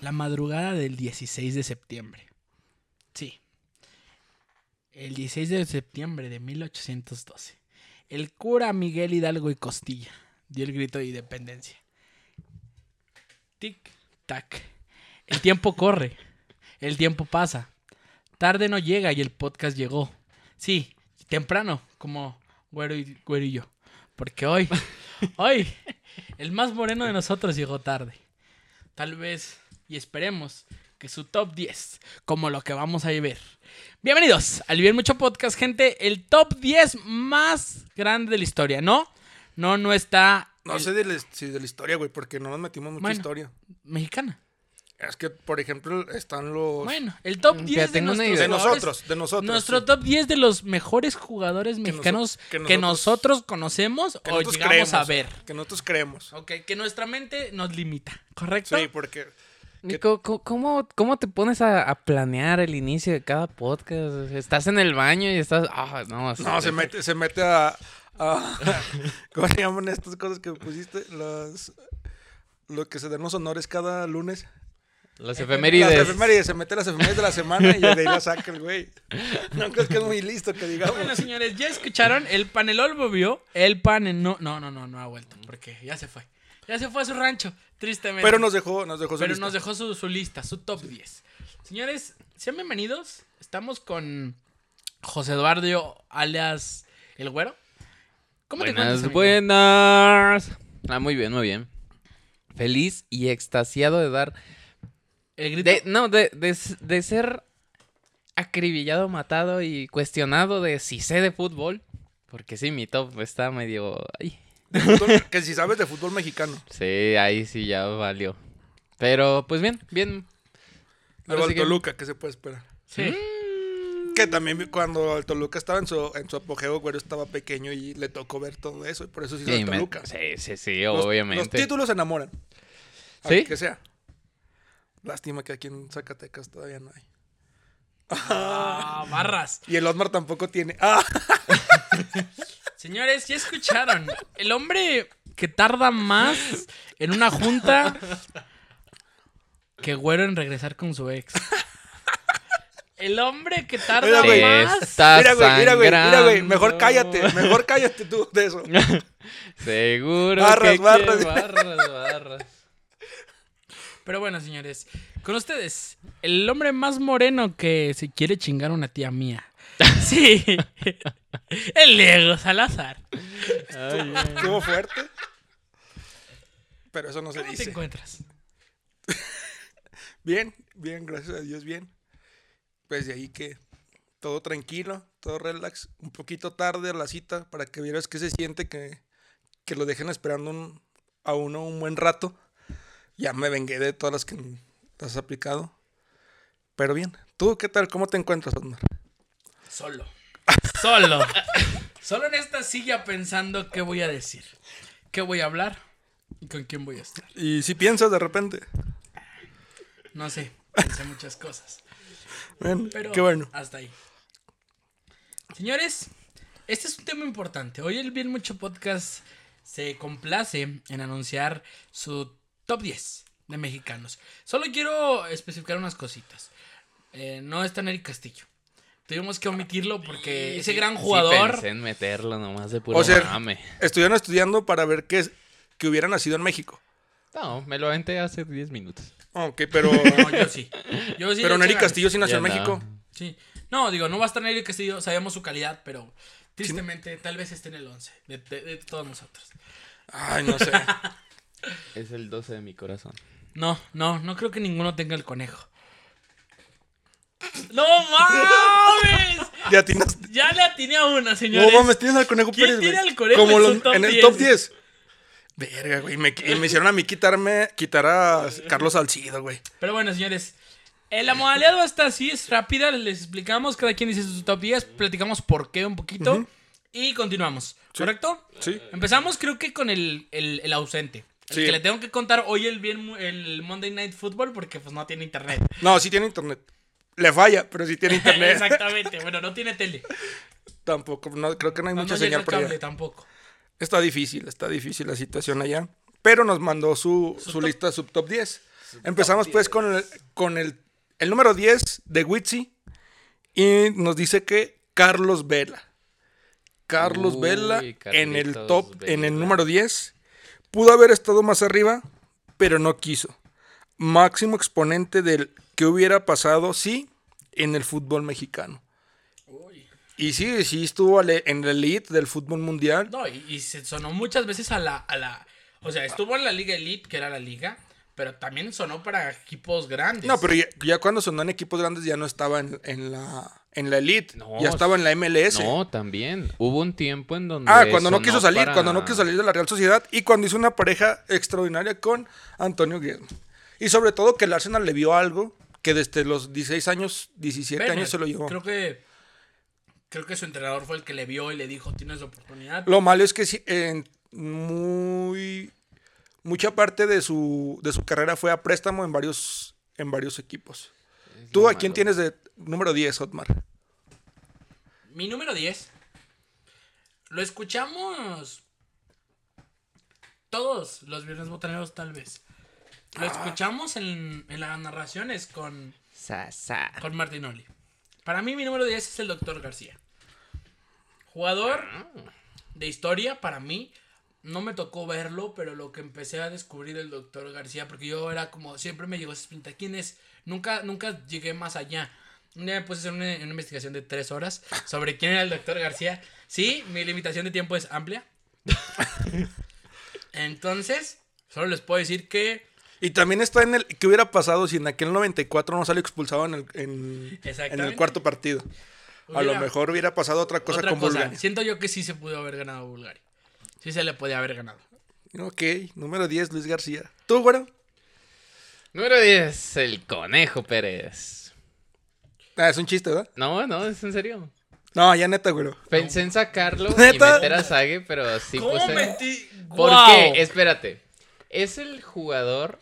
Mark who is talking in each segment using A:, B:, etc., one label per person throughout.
A: La madrugada del 16 de septiembre. Sí. El 16 de septiembre de 1812. El cura Miguel Hidalgo y Costilla dio el grito de independencia. Tic, tac. El tiempo corre. El tiempo pasa. Tarde no llega y el podcast llegó. Sí, temprano, como güero y, güero y yo. Porque hoy, hoy, el más moreno de nosotros llegó tarde. Tal vez, y esperemos, que su top 10, como lo que vamos a ver. Bienvenidos al Bien Mucho Podcast, gente. El top 10 más grande de la historia, ¿no? No, no está
B: No sé de la, si de la historia, güey, porque no nos metimos mucha
A: Bueno.
B: historia.
A: mexicana.
B: Es que, por ejemplo, están los...
A: Bueno, el top
B: mm,
C: Mira,
A: 10 de
C: tengo una
A: nuestros,
B: de
C: idea.
A: jugadores-
B: nosotros, de nosotros.
A: Nuestro
B: sí.
A: top 10 de los mejores jugadores
B: noso-
A: mexicanos
B: que
A: que,
B: nosotros-
A: nosotros, conocemos
B: que
A: o
B: nosotros
A: llegamos
B: creemos,
A: a ver.
B: Que nosotros creemos.
A: Ok, que nuestra mente nos limita, ¿correcto?
B: Sí, porque...
C: Nico, co- ¿cómo, cómo te pones a, a planear el inicio de cada podcast? Estás en el baño y estás. Ah, no,
B: No, se mete, se mete a... a- ¿Cómo se llaman estas cosas que pusiste? Las... Lo que se dan los honores cada lunes.
C: Las
B: Las
C: efemérides.
B: efemérides, se mete las efemérides de la semana y de ahí la saca el güey. No crees que es muy listo que digamos.
A: Bueno, señores, ya escucharon, el panelol volvió, el panel no, no, no, no, no ha vuelto, porque ya se fue. Ya se fue a su rancho, tristemente.
B: Mm. Pero nos dejó, nos dejó su
A: Pero
B: lista.
A: nos dejó su, su lista, su top 10. Señores, sean bienvenidos. Estamos con José Eduardo, alias El Güero. ¿Cómo te
C: Buenas, pues,
A: encuentras, amigo?
C: buenas. Ah, muy bien, muy bien. Feliz y extasiado de dar.
A: El grito.
C: De, no, de, de, s- de ser acribillado, matado y cuestionado de si sé de fútbol. Porque sí, mi top está medio. ay.
B: De fútbol- que si sabes de fútbol mexicano.
C: Sí, ahí sí ya valió. Pero pues bien, bien.
B: Luego
C: Ahora sí
B: al
C: que-
B: Toluca, que se puede esperar.
A: Sí.
C: ¿Mm?
B: Que también cuando el Toluca estaba en su, en su apogeo, Güero estaba pequeño y le tocó ver todo eso. Y por eso se hizo
C: Sí,
B: el
C: me-
B: Toluca.
C: sí, sí, sí,
B: Los-
C: obviamente.
B: Los títulos enamoran. Al
C: ¿Sí?
B: Que sea. Lástima que aquí en Zacatecas todavía no hay.
A: Ah, barras.
B: Y el Osmar tampoco tiene. ¡Ah!
A: Señores, ya escucharon. El hombre que tarda más en una junta que güero en regresar con su ex. El hombre que tarda
B: Mira, güey.
A: más.
C: Está
B: mira, güey, mira, güey, mira, güey.
C: sangrando.
B: Mejor cállate, mejor cállate tú de eso.
C: Seguro.
B: Barras,
C: que
B: barras.
C: quiere- barras, barras.
A: Pero bueno, señores, con ustedes, el hombre más moreno que se quiere chingar a una tía mía. Sí. El Diego Salazar.
B: Estuvo fuerte. Pero eso no se
A: ¿Cómo te
B: dice.
A: encuentras?
B: Bien, bien, gracias a Dios, bien. Pues de ahí que todo tranquilo, todo relax. Un poquito tarde a la cita para que vieras que se siente que, que lo dejen esperando un- a uno un buen rato. Ya me vengué de todas las que has aplicado. Pero bien, ¿tú qué tal? ¿Cómo te encuentras, Osmar?
A: Solo. Solo. Solo en esta silla pensando qué voy a decir, qué voy a hablar y con quién voy a estar.
B: Y si piensas de repente,
A: No sé, pensé muchas cosas.
B: bueno,
A: Pero
B: qué bueno.
A: hasta ahí. Señores, este es un tema importante. Hoy el Bien Mucho Podcast se complace en anunciar su top 10 de mexicanos. Solo quiero especificar unas cositas. Eh, no está Eric Castillo. Tuvimos que omitirlo porque ese gran
C: Sí
A: jugador...
C: pensé en meterlo nomás de puro
B: O sea,
C: mame.
B: estuvieron estudiando para ver que, es- que hubiera nacido en México.
C: No, me lo aventé hace 10 minutos.
B: Ok, pero,
A: No, yo sí. Yo sí le
B: pero
A: eché
B: Neri
A: ganas.
B: Castillo sí nació
C: Ya
B: en
C: no.
B: México.
A: Sí. No, digo, no va a estar Neri Castillo, sabemos su calidad, pero tristemente tal vez esté en el 11 de, de- de todos nosotros.
B: Ay, no sé.
C: Es el 12 de mi corazón.
A: No, no, no creo que ninguno tenga el conejo. ¡No mames!
B: Ya atinaste.
A: Ya le atiné a una,
B: No
A: señores.
B: mames, tienes al conejo
A: ¿Quién
B: Pérez, güey.
A: tiene al conejo en
B: lo-
A: su top
B: en el
A: 10?
B: top 10. Verga, güey. Me, y me hicieron a mí quitarme, quitar a Carlos Salcido, güey.
A: Pero bueno, señores. eh, la modalidad va a estar así, es rápida. Les explicamos, cada quien dice su top 10, platicamos por qué un poquito y continuamos. ¿Correcto?
B: Sí.
A: Empezamos creo que con el, el- el ausente. El
B: Sí.
A: que le tengo que contar hoy el, bien, mu- el Monday Night Football porque pues no tiene internet.
B: No, sí tiene internet. Le falla, pero sí tiene internet.
A: Exactamente, bueno, no tiene tele.
B: Tampoco, no, creo que no hay
A: No,
B: mucha
A: no llega
B: señal
A: el
B: por
A: cable
B: allá.
A: tampoco.
B: Está difícil, está difícil la situación allá. Pero nos mandó su, su
A: top-
B: lista sub top 10. Empezamos pues con el, con el, el número 10 de Witsi. Y nos dice que Carlos Vela. Carlos
C: Uy,
B: Vela en el
C: Carlitos
B: top, en el
C: Vela.
B: número 10. Pudo haber estado más arriba, pero no quiso. Máximo exponente del que hubiera pasado, sí, en el fútbol mexicano. Y sí, sí estuvo ale- en la elite del fútbol mundial.
A: No, y, y se sonó muchas veces a la, a la. O sea, estuvo en la Liga Elite, que era la liga, pero también sonó para equipos grandes.
B: No,
C: Este.
B: pero ya, ya cuando sonó en equipos grandes ya no estaba en, en la, en la elite.
C: No,
B: ya estaba en la MLS.
C: No, también. Hubo un tiempo en donde.
B: Ah, cuando no
C: sonó
B: quiso salir,
C: para-
B: cuando no quiso salir de la Real Sociedad y cuando hizo una pareja extraordinaria con Antonio Griezmann. Y sobre todo que el Arsenal le vio algo que desde los 16 años, 17
A: Bennett,
B: años se lo llevó.
A: Creo que. Creo que su entrenador fue el que le vio y le dijo: Tienes oportunidad.
B: Lo malo es que sí, en muy mucha parte de su de su carrera fue a préstamo en varios en varios equipos.
C: Es
B: ¿Tú
C: lo
B: a quién
C: malo.
B: tienes de número 10, Otmar?
A: Mi número 10. Lo escuchamos. Todos los viernes botaneros, tal vez. Lo escuchamos en, en las narraciones con,
C: Sa, sa.
A: con Martinoli. Para mí, mi número 10 es el Dr. García. Jugador
B: Ah.
A: de historia, para mí. No me tocó verlo, pero lo que empecé a descubrir del Dr. García, porque yo era como, siempre me llegó ese pinta, ¿quién es? Nunca, nunca llegué más allá. Un día me puse a hacer una, una investigación de tres horas sobre quién era el Dr. García. Sí, mi limitación de tiempo es amplia. Entonces, solo les puedo decir que...
B: Y también está en el que hubiera pasado si en aquel 94 no sale expulsado en el, en, en el
A: Exactamente.
B: cuarto partido. A lo
A: hubiera-
B: mejor hubiera pasado otra cosa
A: otra
B: con
A: cosa,
B: Bulgaria.
A: Siento yo que sí se pudo haber ganado Bulgaria. Sí se le podía haber ganado.
B: Ok, número 10, Luis García. ¿Tú, güero?
C: Número 10, el Conejo Pérez.
B: Ah, es un chiste, ¿verdad?
C: No, no, es en serio.
B: No, ya neta, güero.
C: Pensé en sacarlo
B: ¿Neta?
C: y meter a Sage, pero sí puse. ¿Por
A: ¡Guau!
C: qué? Espérate. Es el jugador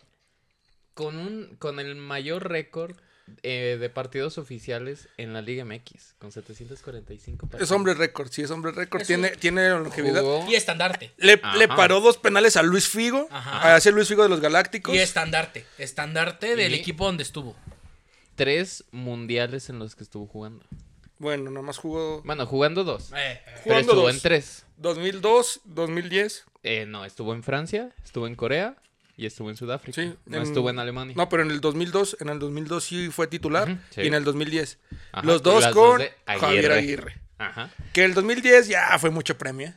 C: con un con el mayor récord eh, de partidos oficiales en la Liga MX, con 745 partidos.
B: Es hombre récord, sí, es hombre récord.
A: Es
B: Tiene, tiene longevidad.
C: Jugó-
A: Y estandarte.
B: Le,
C: Ajá.
B: le paró dos penales a Luis Figo,
A: Ajá.
B: a ese Luis Figo de los Galácticos.
A: Y estandarte. Estandarte del
C: Y-
A: equipo donde estuvo.
C: tres mundiales en los que estuvo jugando.
B: Bueno, nomás jugó
C: Bueno, jugando dos.
A: Eh,
C: Pero
B: Jugando
C: estuvo
B: dos.
C: en tres.
B: 2002, 2010.
C: Eh, no, estuvo en Francia, estuvo en Corea y estuvo en Sudáfrica.
B: Sí,
C: no
B: en-
C: estuvo en Alemania.
B: No, pero en el 2002, en el 2002 sí fue titular
C: Ujú, sí.
B: y en el 2010.
C: Ajá,
B: los dos
C: las
B: con
C: de
B: Javier Aguirre.
C: Ajá.
B: Que el 2010 ya fue mucho premio. ¿eh?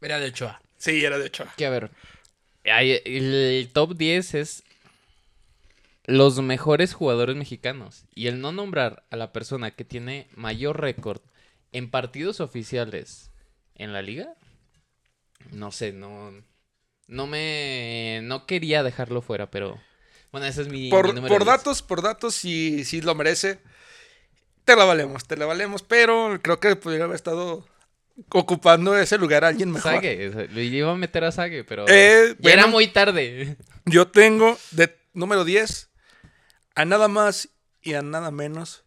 A: era de Ochoa.
B: Sí, era de Ochoa.
C: Que a ver. ahí El top 10 es los mejores jugadores mexicanos. Y el no nombrar a la persona que tiene mayor récord en partidos oficiales en la liga. No sé, no. No me. No quería dejarlo fuera, pero. Bueno, ese es mi. mi
B: por,
C: número
B: por
C: 10.
B: datos, por datos, si, si lo merece, te la valemos, te la valemos, pero creo que pudiera haber estado ocupando ese lugar alguien mejor.
C: Sage, o sea, le iba a meter a Sage, pero.
B: Eh,
C: ya era
B: bueno.
C: muy tarde.
B: Yo tengo de número 10 a nada más y a nada menos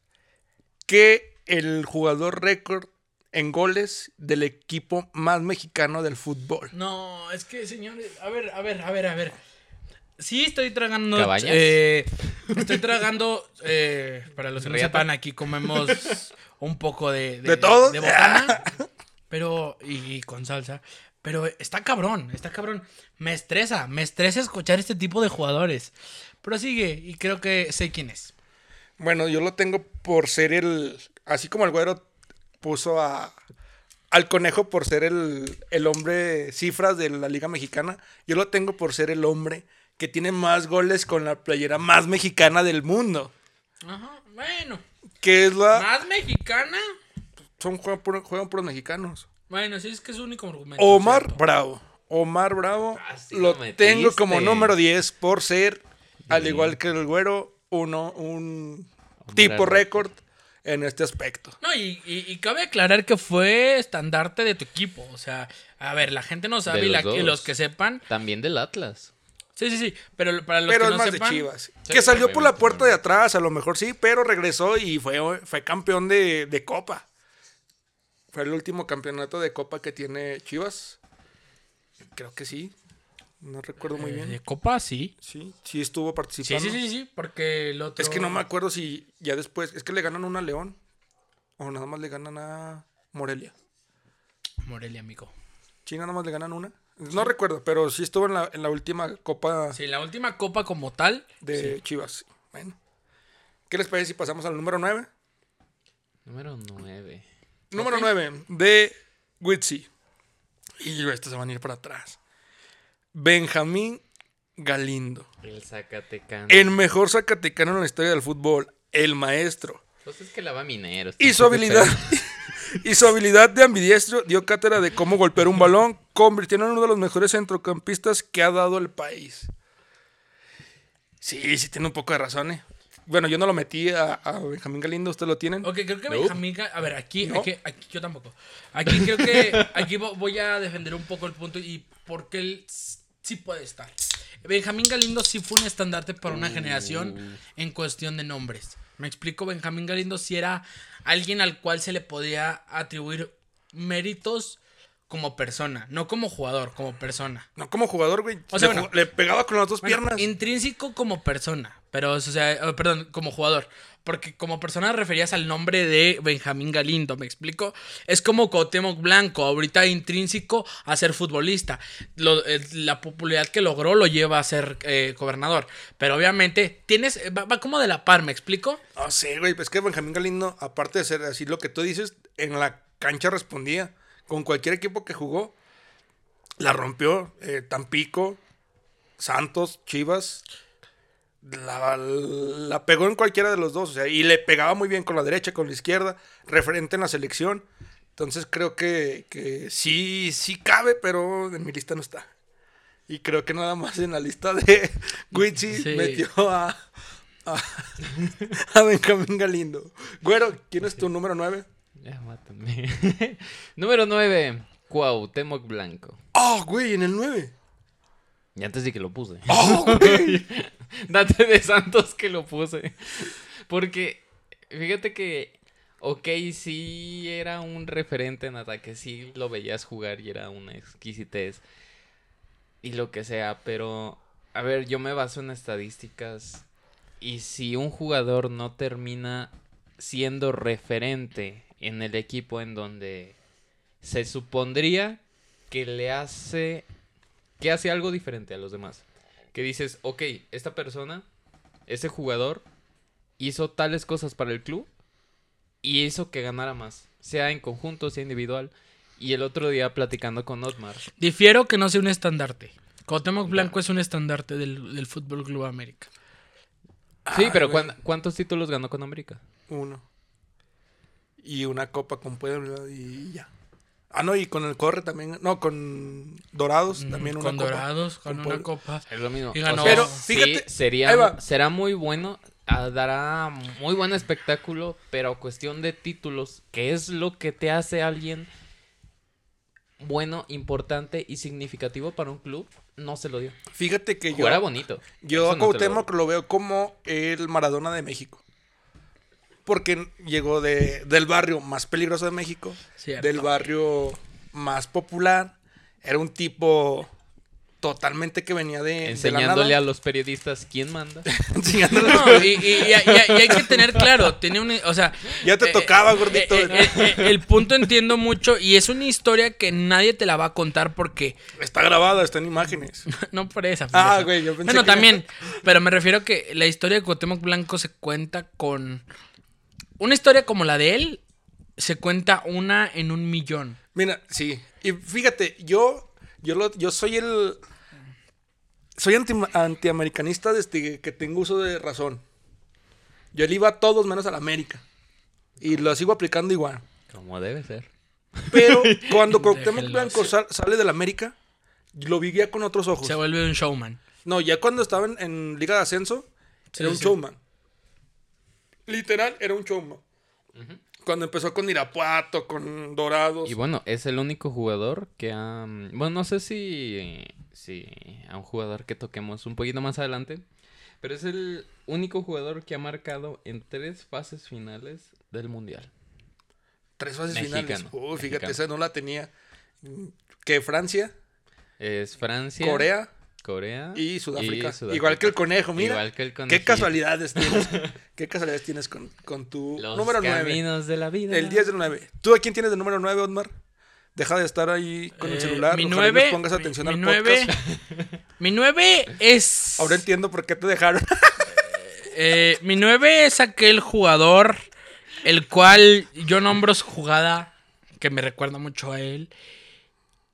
B: que el jugador récord en goles del equipo más mexicano del fútbol.
A: No, es que, señores, a ver, a ver, a ver, a ver. Sí, estoy tragando.
C: ¿Cabañas?
A: eh, estoy tragando. eh, para los que no
C: Riata.
A: sepan, aquí comemos un poco de.
B: ¿De todo?
A: botana. pero. Y, y con salsa. Pero está cabrón, está cabrón. Me estresa, me estresa escuchar este tipo de jugadores. Prosigue, y creo que sé quién es.
B: Bueno, yo lo tengo por ser el. Así como el güero puso a, al conejo por ser el, el hombre cifras de la Liga Mexicana, yo lo tengo por ser el hombre que tiene más goles con la playera más mexicana del mundo.
A: Ajá, bueno.
B: Que es la.
A: ¿Más mexicana?
B: Son juegan, puro- juegan puros mexicanos.
A: Bueno, sí, es que es su único argumento.
B: Omar
A: ¿cierto?
B: Bravo. Omar Bravo
C: Ah, sí,
B: lo
C: lo metiste.
B: tengo como número 10 por ser, al igual que el güero, uno, un
C: Hombre
B: tipo
C: récord.
B: récord en este aspecto.
A: No, y, y- y cabe aclarar que fue estandarte de tu equipo. O sea, a ver, la gente no sabe
C: De
A: y, la-
C: los
A: y
C: dos.
A: los que sepan.
C: También del Atlas.
A: Sí, sí, sí. Pero para los
B: pero
A: que no
B: es más
A: sepan. eh,
B: de Chivas.
C: Sí,
B: que salió por la
C: obviamente,
B: puerta
C: no.
B: de atrás, a lo mejor sí, pero regresó y fue, fue campeón de, de Copa. Fue el último campeonato de Copa que tiene Chivas. Creo que sí. No recuerdo muy
A: Eh,
B: bien.
A: de Copa, sí.
B: Sí, sí estuvo
A: Sí,
B: participando.
A: sí, sí, sí, porque el otro...
B: Es que no me acuerdo si ya después. Es que le ganan una a León. O nada más le ganan a Morelia.
A: Morelia, amigo.
B: China nada más le ganan una. No recuerdo, pero sí estuvo en la, en la última Copa
A: Sí, la última Copa como tal...
B: de Chivas. Bueno. ¿Qué les parece si pasamos al número 9?
C: Número 9.
B: Número 9 de Witsi. Y estos se van a ir para atrás. Benjamín Galindo.
C: El Zacatecano.
B: El mejor Zacatecano en la historia del fútbol. El maestro.
C: Pues es que la va minero.
B: Y su habilidad. Y su habilidad de ambidiestro dio cátedra de cómo golpear un balón, convirtiéndolo en uno de los mejores centrocampistas que ha dado el país. Sí, sí tiene un poco de razón, eh. Bueno, yo no lo metí a, a Benjamín Galindo, ¿ustedes lo tienen?
A: Ok, creo que
C: No.
A: Benjamín... Ga- A ver, aquí,
B: No.
A: aquí, aquí- yo tampoco. Aquí creo que... Aquí vo- voy a defender un poco el punto y por qué él s- sí puede estar. Benjamín Galindo sí fue un estandarte para una generación en cuestión de nombres. Me explico, Benjamín Galindo sí era alguien al cual se le podía atribuir méritos como persona, no como jugador, como persona.
B: No como jugador, güey.
A: O sea,
B: le,
A: bueno.
B: ju- le pegaba con las dos
A: Bueno,
B: piernas.
A: Intrínseco como persona, pero, o sea, eh, perdón, como jugador. Porque como persona referías al nombre de Benjamín Galindo, ¿me explico? Es como Cuauhtémoc Blanco, ahorita intrínseco a ser futbolista. Lo- eh, la popularidad que logró lo lleva a ser eh, gobernador. Pero obviamente tienes, eh, va, va como de la par, ¿me explico?
B: No sé, güey. Pues que Benjamín Galindo, aparte de ser así lo que tú dices, en la cancha respondía. Con cualquier equipo que jugó, la rompió. eh, Tampico, Santos, Chivas. La, la pegó en cualquiera de los dos. O sea, y le pegaba muy bien con la derecha, con la izquierda. Referente en la selección. Entonces creo que, que sí, sí cabe, pero en mi lista no está. Y creo que nada más en la lista de Guichi
A: Sí.
B: metió a, a, a Benjamín Galindo. Güero, ¿quién es tu número 9?
C: Ya, mátame. Número 9. Cuauhtémoc Blanco.
B: ¡Oh, güey! En el 9.
C: Y antes de que lo puse.
B: ¡Oh, güey!
C: Date de Santos que lo puse. Porque, fíjate que, ok, sí era un referente en ataque, sí lo veías jugar y era una exquisitez. Y lo que sea, pero, a ver, yo me baso en estadísticas. Y si un jugador no termina siendo referente en el equipo en donde se supondría que le hace, que hace algo diferente a los demás que dices, ok, esta persona, ese jugador, hizo tales cosas para el club y hizo que ganara más, sea en conjunto, sea individual. Y el otro día platicando con Otmar,
A: Difiero que no sea un estandarte. Cuauhtémoc Blanco es un estandarte del, del Fútbol Club América.
C: sí,
B: Ay,
C: pero
B: güey.
C: ¿cuán- ¿cuántos títulos ganó con América?
B: Uno. Y una copa con Puebla y ya. Ah, no, y con el Corre también. No, con Dorados también
A: Mm,
B: una
A: con
B: copa.
A: Dorados, con,
B: Con
A: una
B: Puebla.
A: copa.
C: Es lo mismo.
A: Y ganó.
C: pero
A: Pero,
B: fíjate, ahí
C: sería,
B: va.
C: será muy bueno, ah, dará muy buen espectáculo, pero cuestión de títulos, que es lo que te hace alguien bueno, importante y significativo para un club, no se lo dio.
B: Fíjate que yo,
C: Jugará bonito.
B: yo a
C: Eso no te lo
B: Cuauhtémoc lo veo como el Maradona de México. Porque llegó de, del barrio más peligroso de México,
A: Cierto.
B: del barrio más popular. Era un tipo totalmente que venía de. de la
C: Enseñándole
B: nada.
C: a los periodistas quién manda.
B: Enseñándole a
A: No,
B: los-
A: y, y- y- y hay que tener claro, tenía un, o sea,
B: Ya te tocaba, gordito.
A: eh, eh, eh, el punto entiendo mucho y es una historia que nadie te la va a contar porque
B: Está grabada, está en imágenes.
A: no por esa.
B: Ah,
A: pendeja.
B: güey, yo pensé
A: Bueno,
B: que-
A: también, pero me refiero que la historia de Cuauhtémoc Blanco se cuenta con una historia como la de él se cuenta una en un millón.
B: Mira, sí. Y fíjate, yo, yo, lo, yo soy el. Soy anti, antiamericanista desde que tengo uso de razón. Yo le iba a todos menos a la América. Y lo sigo aplicando igual.
C: Como debe ser.
B: Pero cuando Cuauhtémoc
A: Déjenlos.
B: Blanco sal- sale de la América, lo vi ya con otros ojos.
A: Se vuelve un showman.
B: No, ya cuando estaba en, en Liga de Ascenso,
A: Sí,
B: era un
A: sí.
B: showman. Literal, era un showman. Cuando empezó con Irapuato, con Dorados.
C: Y bueno, es el único jugador que ha... mm, Bueno, no sé si, si a un jugador que toquemos un poquito más adelante, pero es el único jugador que ha marcado en tres fases finales del Mundial.
B: Tres fases
C: Mexicano,
B: finales. Uy, fíjate,
C: mexicano.
B: esa no la tenía. Que Francia,
C: Es Francia,
B: Corea,
C: Corea
B: Y Sudáfrica.
C: ¿eh? Ah. Sudáfrica.
B: Igual que el conejo, mira.
C: Igual que el
B: Qué
C: conejillo.
B: casualidades tienes. qué casualidades tienes con, con tu
C: Los
B: número 9.
C: caminos de la vida.
B: El 10 del 9. ¿Tú a quién tienes de número 9, Otmar? Deja de estar ahí con
A: Eh,
B: el celular.
A: mi
B: ojalá y
A: nueve,
B: nos pongas
A: mi-
B: atención
A: mi
B: al
A: nueve-
B: podcast.
A: Mi 9 es.
B: Ahora entiendo por qué te dejaron.
A: eh, mi 9 es aquel jugador el cual yo nombro su jugada que me recuerda mucho a él.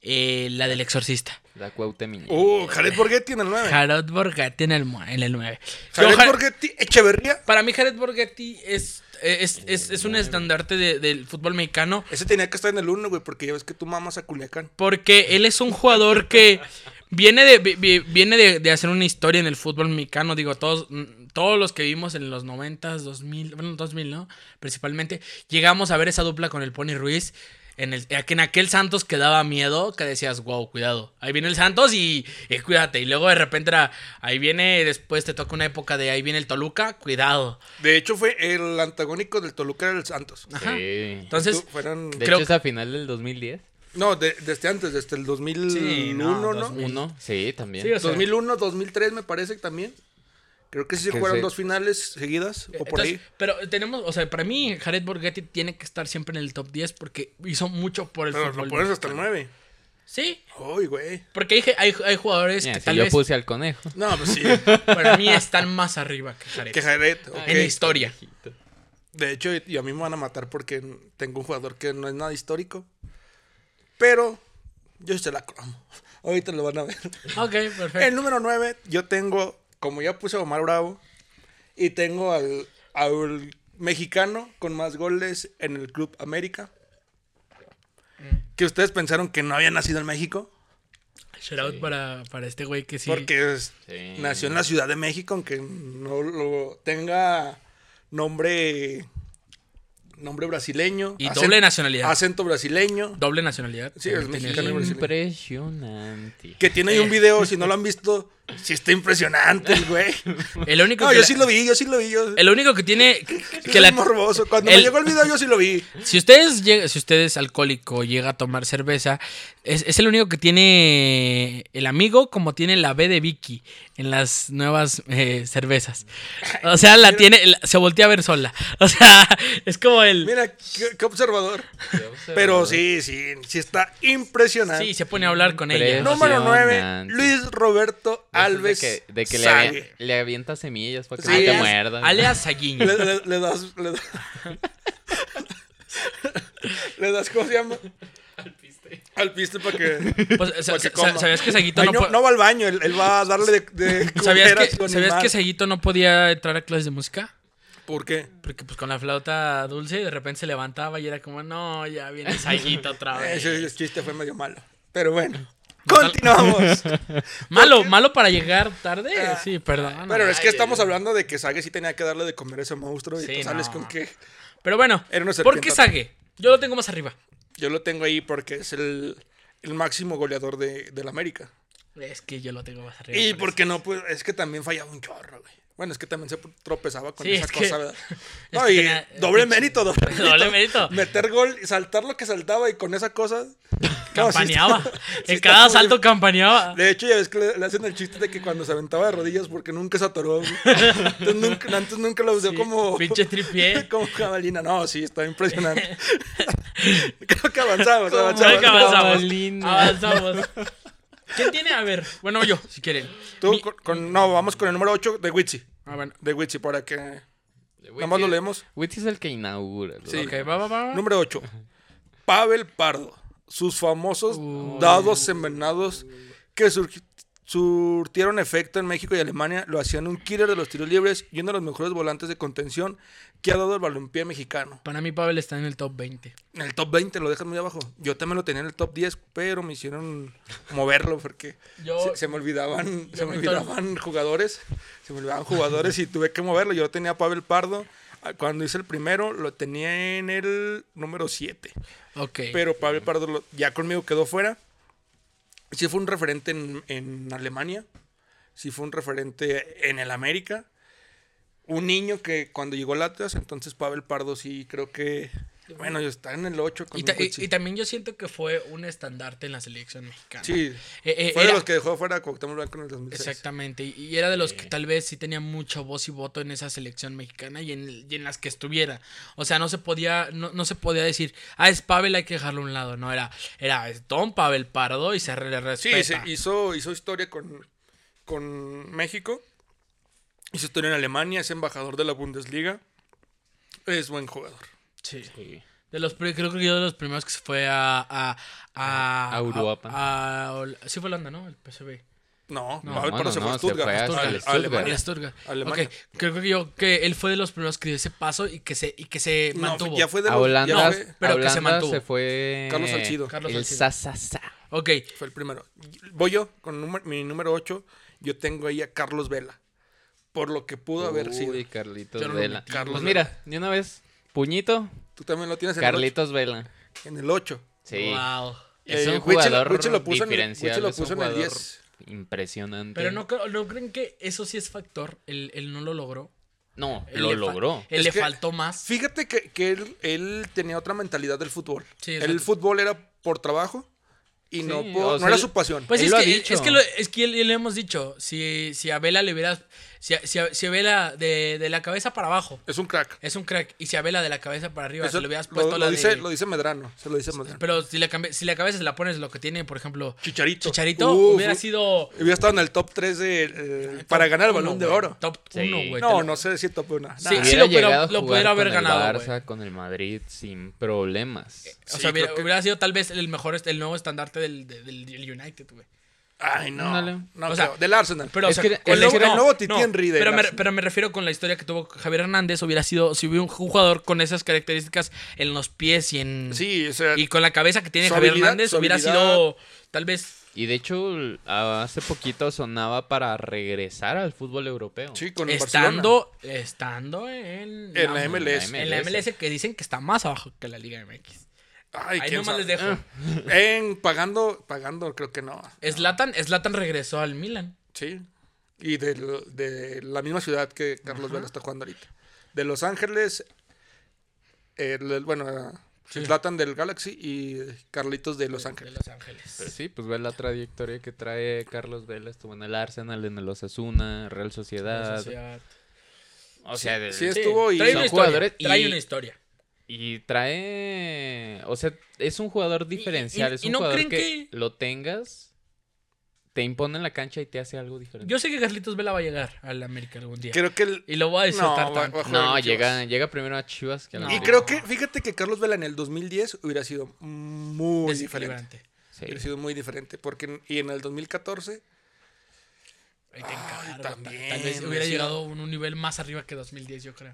A: eh, la del exorcista.
C: La Cuauhtémoc.
B: Uh, Jared Borghetti en el 9.
A: Jared Borghetti en el, mu- en el 9.
B: Jared Borghetti, Echeverría.
A: Para mí Jared Borghetti es, es, es- es un estandarte de- del fútbol mexicano
B: Ese tenía que estar en el 1, güey, porque ya ves que tú mamas a Culiacán.
A: porque él es un jugador que viene de, vi- vi- viene de, de hacer una historia en el fútbol mexicano. Digo, todos, mm, todos los que vimos en los 90s, 2000, bueno, 2000, ¿no? Principalmente, llegamos a ver esa dupla con el Pony Ruiz. En, el, en aquel Santos que daba miedo, que decías, wow, cuidado. Ahí viene el Santos y, y cuídate. Y luego de repente era, ahí viene, después te toca una época de ahí viene el Toluca, cuidado.
B: De hecho, fue el antagónico del Toluca era el Santos.
A: Ajá.
C: Sí.
A: Entonces,
B: Tú- fueron...
C: De
A: creo
C: hecho,
A: que-
C: es a final del 2010.
B: No, de- desde antes, desde el 2001,
A: Sí, no,
B: ¿no?
A: dos mil.
C: Uno. Sí, también.
A: Sí, o sea,
B: 2001, 2003 me parece que también. Creo que sí se
C: Que
B: jugaron
C: se-
B: dos finales seguidas o
A: Eh,
B: por
A: Entonces,
B: ahí.
A: Pero tenemos, o sea, para mí Jared Borghetti tiene que estar siempre en el top 10 porque hizo mucho por el
B: Pero
A: fútbol
B: lo pones hasta el
A: mexicano.
B: 9.
A: Sí,
B: Ay, güey.
A: porque hay, hay, hay jugadores
C: Mira,
A: que
C: si
A: tal
C: yo
A: vez
C: puse al conejo.
B: No, pues sí.
A: para mí están más arriba que Jared.
B: que Jared. ok.
A: Ah, En historia.
B: De hecho, y y a mí me van a matar porque tengo un jugador que no es nada histórico. Pero yo se la cromo. Ahorita lo van a ver.
A: Ok, perfecto.
B: El número 9, yo tengo, como ya puse a Omar Bravo, y tengo al, al mexicano con más goles en el Club América.
A: Mm.
B: Que ustedes pensaron que no había nacido en México,
A: Shout out para, para este güey que sí.
B: porque es-
C: Sí.
B: nació en la Ciudad de México, aunque no lo tenga nombre nombre brasileño.
A: Y
B: acen-
A: doble nacionalidad.
B: Acento brasileño.
A: Doble nacionalidad.
B: Sí, es
A: Tenía-
B: mexicano y brasileño.
C: Impresionante.
B: Que tiene ahí
A: Eh.
B: un video, si no lo han visto, sí está impresionante el güey.
A: El único,
B: No,
A: que
B: yo
A: la-
B: sí lo vi, yo sí lo vi. Yo...
A: el único que tiene
B: Yo
A: que
B: soy
A: la,
B: morboso. Cuando me
A: el-
B: llegó el video yo sí lo vi.
A: Si ustedes llega- si usted es alcohólico, llega a tomar cerveza, es, es el único que tiene el amigo como tiene la B de Vicky en las nuevas eh, cervezas. O sea, la tiene, la- se voltea a ver sola. O sea, es como el.
B: Mira, qué, qué observador. Pero sí, sí, sí está impresionante.
A: Sí, se pone a hablar con ella.
C: No,
B: Número 9,
C: Impresionante.
B: Luis Roberto
C: Alves.
B: Alves.
C: De que, de que le,
B: Sague.
C: avia- le avienta semillas para que
B: Sí,
C: no te
B: es-
C: muerdas.
A: Alias Saguiño.
B: le, le- le das. Le, das- le das, ¿cómo se llama? Al piste. Al piste para que.
A: Pues, sa-
B: que
A: sa-
B: coma.
A: ¿Sabías que Saguito
B: Ay,
A: no,
B: no,
A: po-
B: no va al baño, él, él va a darle de. de
A: ¿Sabías
B: comer a
A: que,
B: su
A: ¿sabías
B: animal.
A: que Saguito no podía entrar a clases de música?
B: ¿Por qué?
A: Porque pues con la flauta dulce de repente se levantaba y era como, no, ya viene Saguito otra vez.
B: Ese, ese chiste fue medio malo. Pero bueno,
A: Total-
B: continuamos.
A: Malo, malo para llegar tarde. sí, perdón.
B: Ah, Pero es que
A: Ay,
B: estamos
A: ay,
B: hablando de que Sage sí tenía que darle de comer a ese monstruo y
A: Sí,
B: tú sales
A: no.
B: con que
A: ay. Pero bueno,
B: Era una
A: ¿por qué
B: serpientota.
A: Sage? Yo lo tengo más arriba.
B: yo lo tengo ahí porque es el, el máximo goleador de, del América.
A: Es que yo lo tengo más arriba.
B: Y
A: por eso.
B: porque no, pues es que también fallaba un chorro, güey. Bueno, es que también se tropezaba con
A: Sí,
B: esa
A: es que-
B: cosa, ¿verdad? No,
A: que
B: y
A: tenía- eh,
B: doble mérito, doble mérito.
A: Doble mérito.
B: Meter gol, y saltar lo que saltaba y con esa cosa. no, sí está-
A: Campaneaba.
B: sí
A: en
B: está
A: cada
B: muy-
A: salto campaneaba.
B: De hecho, ya ves que le, le hacen el chiste de que cuando se aventaba de rodillas porque nunca se atoró. güey. Entonces, nunca, antes nunca lo usó
A: Sí,
B: como.
A: pinche tripié.
B: como jabalina. No, sí, está impresionante. Creo que avanzamos,
C: Como
B: avanzamos.
A: Creo que avanzamos.
C: Jabalina.
A: Avanzamos. ¿Quién tiene? A ver. Bueno, yo, si quieren.
B: Tú,
A: Mi-
B: con, con- no, vamos con el número 8 de Witsi.
A: Ah, bueno.
B: De Witsi, para que.
C: Nada
B: Nada más lo leemos.
C: Witty es el que inaugura. el
B: Sí.
C: blog.
A: Ok, va, va, va. va.
B: Número 8. Pavel Pardo. Sus famosos dados envenenados que surg- surtieron efecto en México y Alemania lo hacían un killer de los tiros libres y uno de los mejores volantes de contención que ha dado el balompié mexicano.
A: Para mí, Pavel está en el top 20.
B: En el top 20 lo dejan muy abajo. Yo también lo tenía en el top 10, pero me hicieron moverlo porque
A: Yo-
B: se, se me olvidaban, se me
A: me estoy-
B: olvidaban jugadores. Se me olvidaban jugadores y tuve que moverlo. Yo tenía a Pavel Pardo. Ah, Cuando hice el primero, lo tenía en el número 7.
A: Ok.
B: Pero Pablo Pardo lo- ya conmigo quedó fuera. Sí fue un referente en, en Alemania. Sí fue un referente en el América. Un niño que cuando llegó al Atlas, entonces Pavel Pardo sí creo que Bueno, yo estaba en el 8 con
A: Y, ta- y-
B: un Cuitzi.
A: y también yo siento que fue un estandarte en la selección mexicana.
B: Sí,
A: Eh, eh,
B: fue de
A: era-
B: los que dejó fuera a Cuauhtémoc Blanco en el 2006.
A: Exactamente, y- y era de
B: eh,
A: los que tal vez sí tenía mucha voz y voto en esa selección mexicana y en, y en las que estuviera. O sea, no se podía, no, no se podía decir, ah, es Pavel, hay que dejarlo a un lado. No, era, era es Don Pavel Pardo y se re- le
B: Sí,
A: respeta.
B: se hizo, hizo historia con, con México. Hizo historia en Alemania, es embajador de la Bundesliga. Es buen jugador.
A: Sí. De los, pri- creo que yo de los primeros que se fue a... A, a,
C: A Europa.
A: a- a Hol- sí fue Holanda, ¿no? El PSV.
B: No,
A: No,
B: Pavel
C: no,
B: Pardo se
C: no,
B: fue a
C: se fue
B: Stuttgart.
C: a-
B: a- a
C: al Stuttgart.
A: Al
B: Alemania.
A: Stuttgart.
B: Alemania.
A: Ok, Creo que yo que él fue de los primeros que dio ese paso y que se, y que se
B: No,
A: mantuvo.
B: ya fue de
C: A
B: los- ya
C: Holanda,
B: fue-
A: pero
C: a
A: que se
C: Holanda
A: mantuvo.
C: se, fue.
B: Carlos Salcido.
A: Carlos
C: el
A: Salcido.
C: sa, sa, sa.
A: Ok,
B: Fue el primero. Voy yo con número- mi número 8. Yo tengo ahí a Carlos Vela. Por lo que pudo haber
C: Uy,
B: sido.
C: Carlitos
A: Yo no lo
C: Vela.
A: metí,
B: Carlos
C: pues mira, de una vez, puñito,
B: Tú también lo tienes en
C: Carlitos Vela.
B: el 8. En el 8.
C: Sí.
A: wow.
C: Es
B: Eh,
C: un
B: Huichel-
C: jugador
B: Huichel lo puso en el-
C: diferencial.
B: Huichel lo
C: es un
B: puso en el
C: jugador
B: 10.
C: Impresionante.
A: Pero no, creo- no creen que eso sí es factor, el, el no lo logró.
C: No,
A: Él
C: lo
A: le fa-
C: logró.
A: Él
B: Es
A: le
B: que-
A: faltó más.
B: Fíjate que, que él, él tenía otra mentalidad del fútbol.
A: Sí,
B: el
A: exacto.
B: fútbol era por trabajo y
C: Sí,
B: no, por-
C: o sea,
B: no era
C: él-
B: su pasión.
A: Pues
C: Él
A: es,
C: lo ha
A: que,
C: dicho.
A: es que lo, es que le le hemos dicho, si, si a Vela le hubieras, si a, si a- si a Vela de, de la cabeza para abajo
B: es un crack.
A: es un crack y si a Vela de la cabeza para arriba
B: Eso
A: se le hubieras
B: lo-
A: puesto
B: lo,
A: la de-
B: dice, lo dice Medrano. Se lo dice Medrano.
A: pero si la, cambi- si la cabeza se la pones lo que tiene, por ejemplo,
B: Chicharito.
A: Chicharito
B: Uf,
A: hubiera
B: uf.
A: sido
B: Hubiera estado en el top 3 de, eh, para ganar el
A: uno,
B: balón de
A: güey,
B: oro.
A: Top
C: Sí.
A: 1, güey. te
B: No,
A: lo-
B: no sé si top 1.
A: Sí,
C: Hubiera
A: sí lo hubiera-
C: llegado a
A: lo
C: jugar
A: pudiera haber
C: con el
A: ganado,
C: Barça, con el Madrid, sin problemas.
A: O
B: sí,
A: sea, hubiera,
B: creo que-
A: hubiera sido tal vez el mejor, est- el nuevo estandarte del, del, del United, güey.
B: Ay, no.
C: Ándale.
B: No,
A: O sea,
B: creo. del Arsenal.
A: Pero,
C: Es
A: o sea,
C: que-
A: con
C: es
A: lo-
C: que
B: era el nuevo Titi Henry de
A: pero, me,
B: Barça.
A: pero me refiero con la historia que tuvo Javier Hernández. Hubiera sido, si hubiera un jugador con esas características en los pies y en.
B: sí, o sea,
A: Y con la cabeza que tiene
B: Su
A: Javier
B: habilidad-
A: Hernández,
B: su
A: hubiera
B: habilidad.
A: sido tal vez.
C: Y de hecho, l- hace poquito sonaba para regresar al fútbol europeo.
B: sí, con el Barcelona.
A: Estando, estando en.
B: En la MLS.
A: En la MLS que dicen que está más abajo que la Liga MX.
B: Ay,
A: Ahí
B: quién
A: nomás les
B: sabe.
A: dejo.
B: En pagando, pagando, creo que no.
A: Zlatan, Zlatan regresó al Milan.
B: Sí. Y del- de, la misma ciudad que Carlos Vela está jugando ahorita. De Los Ángeles, eh, el- bueno,
A: Sí.
B: Zlatan del Galaxy y Carlitos de Los Ángeles.
A: De Los Ángeles.
C: Pero sí, pues ve la trayectoria que trae Carlos Vela. Estuvo en el Arsenal, en el Osasuna, Real Sociedad.
A: Sociedad.
C: O sea, de-
B: Sí, estuvo y-
A: trae
B: son
A: una historia,
C: jugadores y-
A: trae una historia.
C: y trae. O sea, es un jugador diferencial.
A: y-
C: es
A: y
C: un
A: no
C: jugador
A: creen
C: que,
A: que-
C: lo tengas, te impone en la cancha y te hace algo diferente.
A: Yo sé que Carlitos Vela va a llegar al América algún día.
B: Creo que el-
A: Y lo voy a disfrutar
B: No, va-
A: tanto.
B: va- juega
C: No,
B: en Chivas.
C: llega, llega primero a Chivas que a la
A: No.
B: Y
C: América.
B: creo que, fíjate que Carlos Vela en el 2010 hubiera sido muy
A: Desequilibrante.
B: diferente.
C: Sí.
B: Hubiera sido muy diferente. Porque en- y en el 2014,
A: Ahí te encargo, tal-
B: también,
A: tal vez
B: hubiera
A: hubiera
B: sido-
A: llegado a un, un nivel más arriba que 2010, yo creo.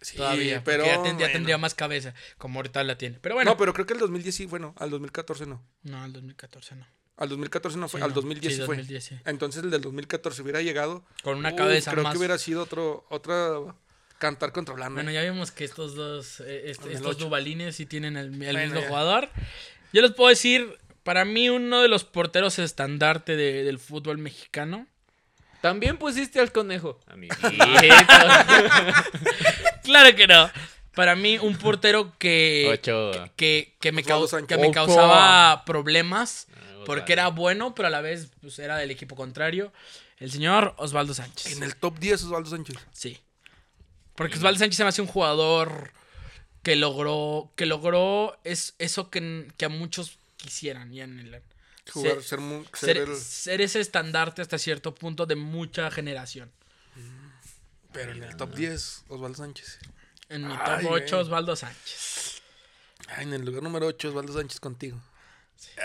B: sí,
A: Todavía,
B: pero
A: pero ya, ten- ya
B: bueno.
A: tendría más cabeza, como ahorita la tiene. Pero bueno,
B: No, pero creo que el 2010 sí, bueno, al 2014 no.
A: no, el 2014 no.
B: Al 2014 no fue,
A: Sí,
B: al
A: no.
B: 2010
A: Sí,
B: sí fue.
A: 2010 sí.
B: Entonces el del 2014 hubiera llegado.
A: Con una
B: Uf,
A: cabeza
B: creo
A: más.
B: que hubiera sido otro, otra cantar contra Holanda.
A: Bueno, ya vimos que estos dos, eh, est-
B: Con el
A: estos
B: ocho.
A: Dubalines sí tienen el, el mismo
B: ya.
A: jugador. Yo les puedo decir, para mí uno de los porteros estandarte de- del fútbol mexicano.
C: También pusiste al conejo. Amiguito.
A: Claro que no. Para mí un portero que...
C: Ochoa.
A: que, que me,
B: Osvaldo
A: cau-
B: Sánchez.
A: que me
C: Opa.
A: causaba problemas
C: Osvaldo.
A: porque era bueno, pero a la vez pues, era del equipo contrario. El señor Osvaldo Sánchez.
B: En el top 10 Osvaldo Sánchez.
A: Sí. Porque Osvaldo Sánchez se me hace un jugador que logró, que logró es, eso que, n- que a muchos quisieran y anhelan.
B: Jugar,
A: Ser-
B: ser, mu- ser
A: ser,
B: el-
A: ser ese estandarte hasta cierto punto de mucha generación.
B: Pero en el top 10 Osvaldo Sánchez.
A: En mi
B: Ay,
A: top 8,
B: güey.
A: Osvaldo Sánchez.
B: Ay, Ah, en el lugar número 8 Osvaldo Sánchez contigo.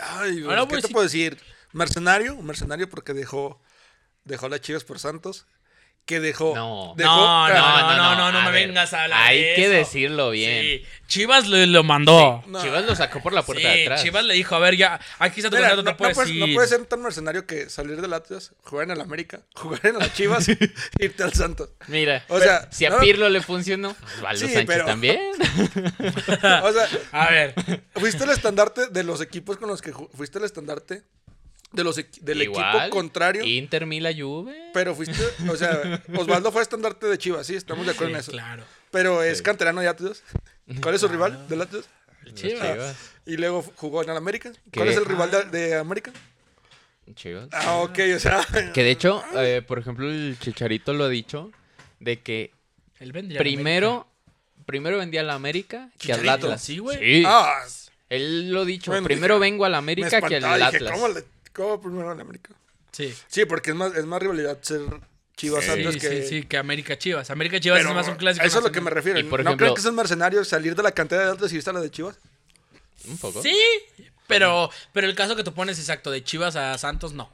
B: Ay,
A: Ahora
B: pues, ¿qué
A: voy
B: te
A: si-
B: puedo decir? Mercenario, un mercenario porque dejó, dejó a las chivas por Santos. Que dejó.
C: No.
B: dejó- ah,
A: No, no, no, no, no
C: a
A: me
C: ver,
A: vengas a hablar
C: Hay
A: de
C: que
A: eso.
C: decirlo bien.
A: Sí. Chivas lo, lo mandó.
B: No.
C: Chivas lo sacó por la puerta
A: Sí,
C: de atrás.
A: Chivas le dijo, a ver, ya, aquí está tu
B: Mira,
A: contrato,
B: no,
A: te
B: no
A: puedes
B: puedes- no
A: ir.
B: puedes ser tan mercenario que salir del Atlas, jugar en el América, jugar en las Chivas, irte al Santos.
C: Mira,
B: O sea,
C: si a
B: no-
C: Pirlo le funcionó, Osvaldo
B: Sí,
C: Sánchez
B: pero-
C: también.
B: O sea,
A: A ver,
B: fuiste el estandarte de los equipos con los que ju- fuiste el estandarte de los equi- del
C: Igual,
B: equipo contrario.
C: Inter, Mila, Juve.
B: Pero fuiste, o sea, Osvaldo fue estandarte de Chivas, sí, estamos de acuerdo en eso.
A: claro.
B: Pero es
C: Sí.
B: canterano de Atlas. ¿Cuál es su rival del Atlas?
C: Los
A: Chivas.
C: Chivas.
B: Y luego jugó en el América.
C: ¿Qué? Ah.
B: ¿Cuál es el rival de, de América?
C: Chivas.
B: Ah, ok, o sea.
C: Que de hecho, eh, por ejemplo, el Chicharito lo ha dicho de que
A: Él vendría a la
C: primero primero vendía a la América que al
B: Chicharito.
C: Atlas.
A: Sí, güey.
C: Sí.
B: Ah,
C: Él lo ha dicho,
B: Bueno,
C: primero
B: dije,
C: vengo a la
B: me
C: América que al
B: espantaba. Dije,
C: Atlas.
B: ¿cómo, le- cómo primero en América?
A: América. Sí.
B: Sí, porque es más, es más rivalidad ser Chivas
C: Sí,
B: Atlas
A: Sí,
B: que.
A: sí, sí, que América Chivas. América Chivas
B: Pero
A: es más un clásico.
B: Eso es lo que me
A: nacional.
B: refiero.
C: Y, por
B: ¿No
C: ejemplo-
B: creen que son mercenarios salir de la cantera de Atlas y irse a la de Chivas?
C: Un poco.
A: Sí, pero, pero el caso que tú pones exacto, de Chivas a Santos, no.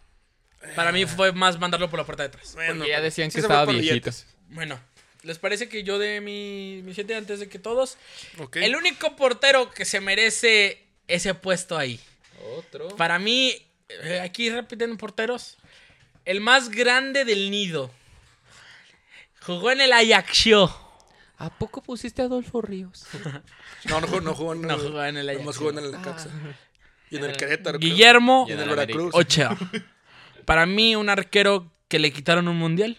A: Para mí fue más mandarlo por la puerta de atrás.
C: Porque ya decían
B: sí
C: que
B: se fue
C: estaba
B: por
C: viejito.
B: billetes.
A: Bueno, ¿les parece que yo de mi, mi gente antes de que todos?
B: Ok.
A: El único portero que se merece ese puesto ahí.
C: Otro.
A: Para mí, eh, aquí repiten porteros, el más grande del nido. Jugó en el Ajaccio.
C: ¿A poco pusiste a Adolfo Ríos?
B: No, no jugó, no jugó en el.
A: No jugó en el
B: Nomás
A: Ajaccio.
B: jugó en el Necaxa. Y en el Querétaro. creo.
A: Guillermo
B: Y en
C: Y en
B: el
C: el
B: Veracruz.
A: Ochoa. Para mí, un arquero que le quitaron un mundial.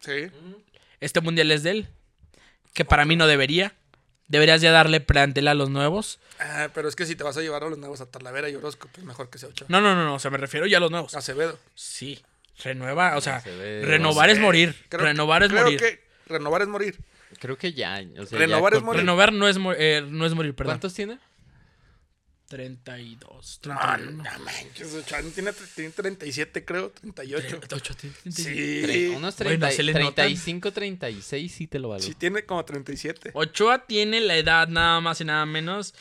B: Sí.
A: Este mundial es de él. Que para mí no debería. Deberías ya darle plantel a los nuevos.
B: Ah, pero es que si te vas a llevar a los nuevos a Talavera y Orozco, pues mejor que sea Ochoa.
A: No, no, no, no. O sea, me refiero ya a los nuevos.
B: Acevedo.
A: Sí. Renueva, o sea,
C: se ve,
A: renovar
B: no
A: es
B: sé.
A: morir.
B: Creo que-
A: renovar es
B: creo
A: morir.
B: que renovar es morir.
C: Creo que ya. o sea,
B: Renovar
C: ya
B: es
C: con-
B: morir.
A: Renovar no es, mo- eh, no es morir, perdón.
C: ¿Cuántos tiene?
A: 32,
B: No,
A: 31.
B: no manches, Ochoa no tiene, tiene 37, creo, 38.
A: 38, 37.
B: Sí.
C: Tre- unos
A: Bueno,
C: 30,
A: se le notan.
C: 35, 36 sí te lo valgo.
B: Sí, tiene como 37.
A: Ochoa tiene la edad nada más y nada menos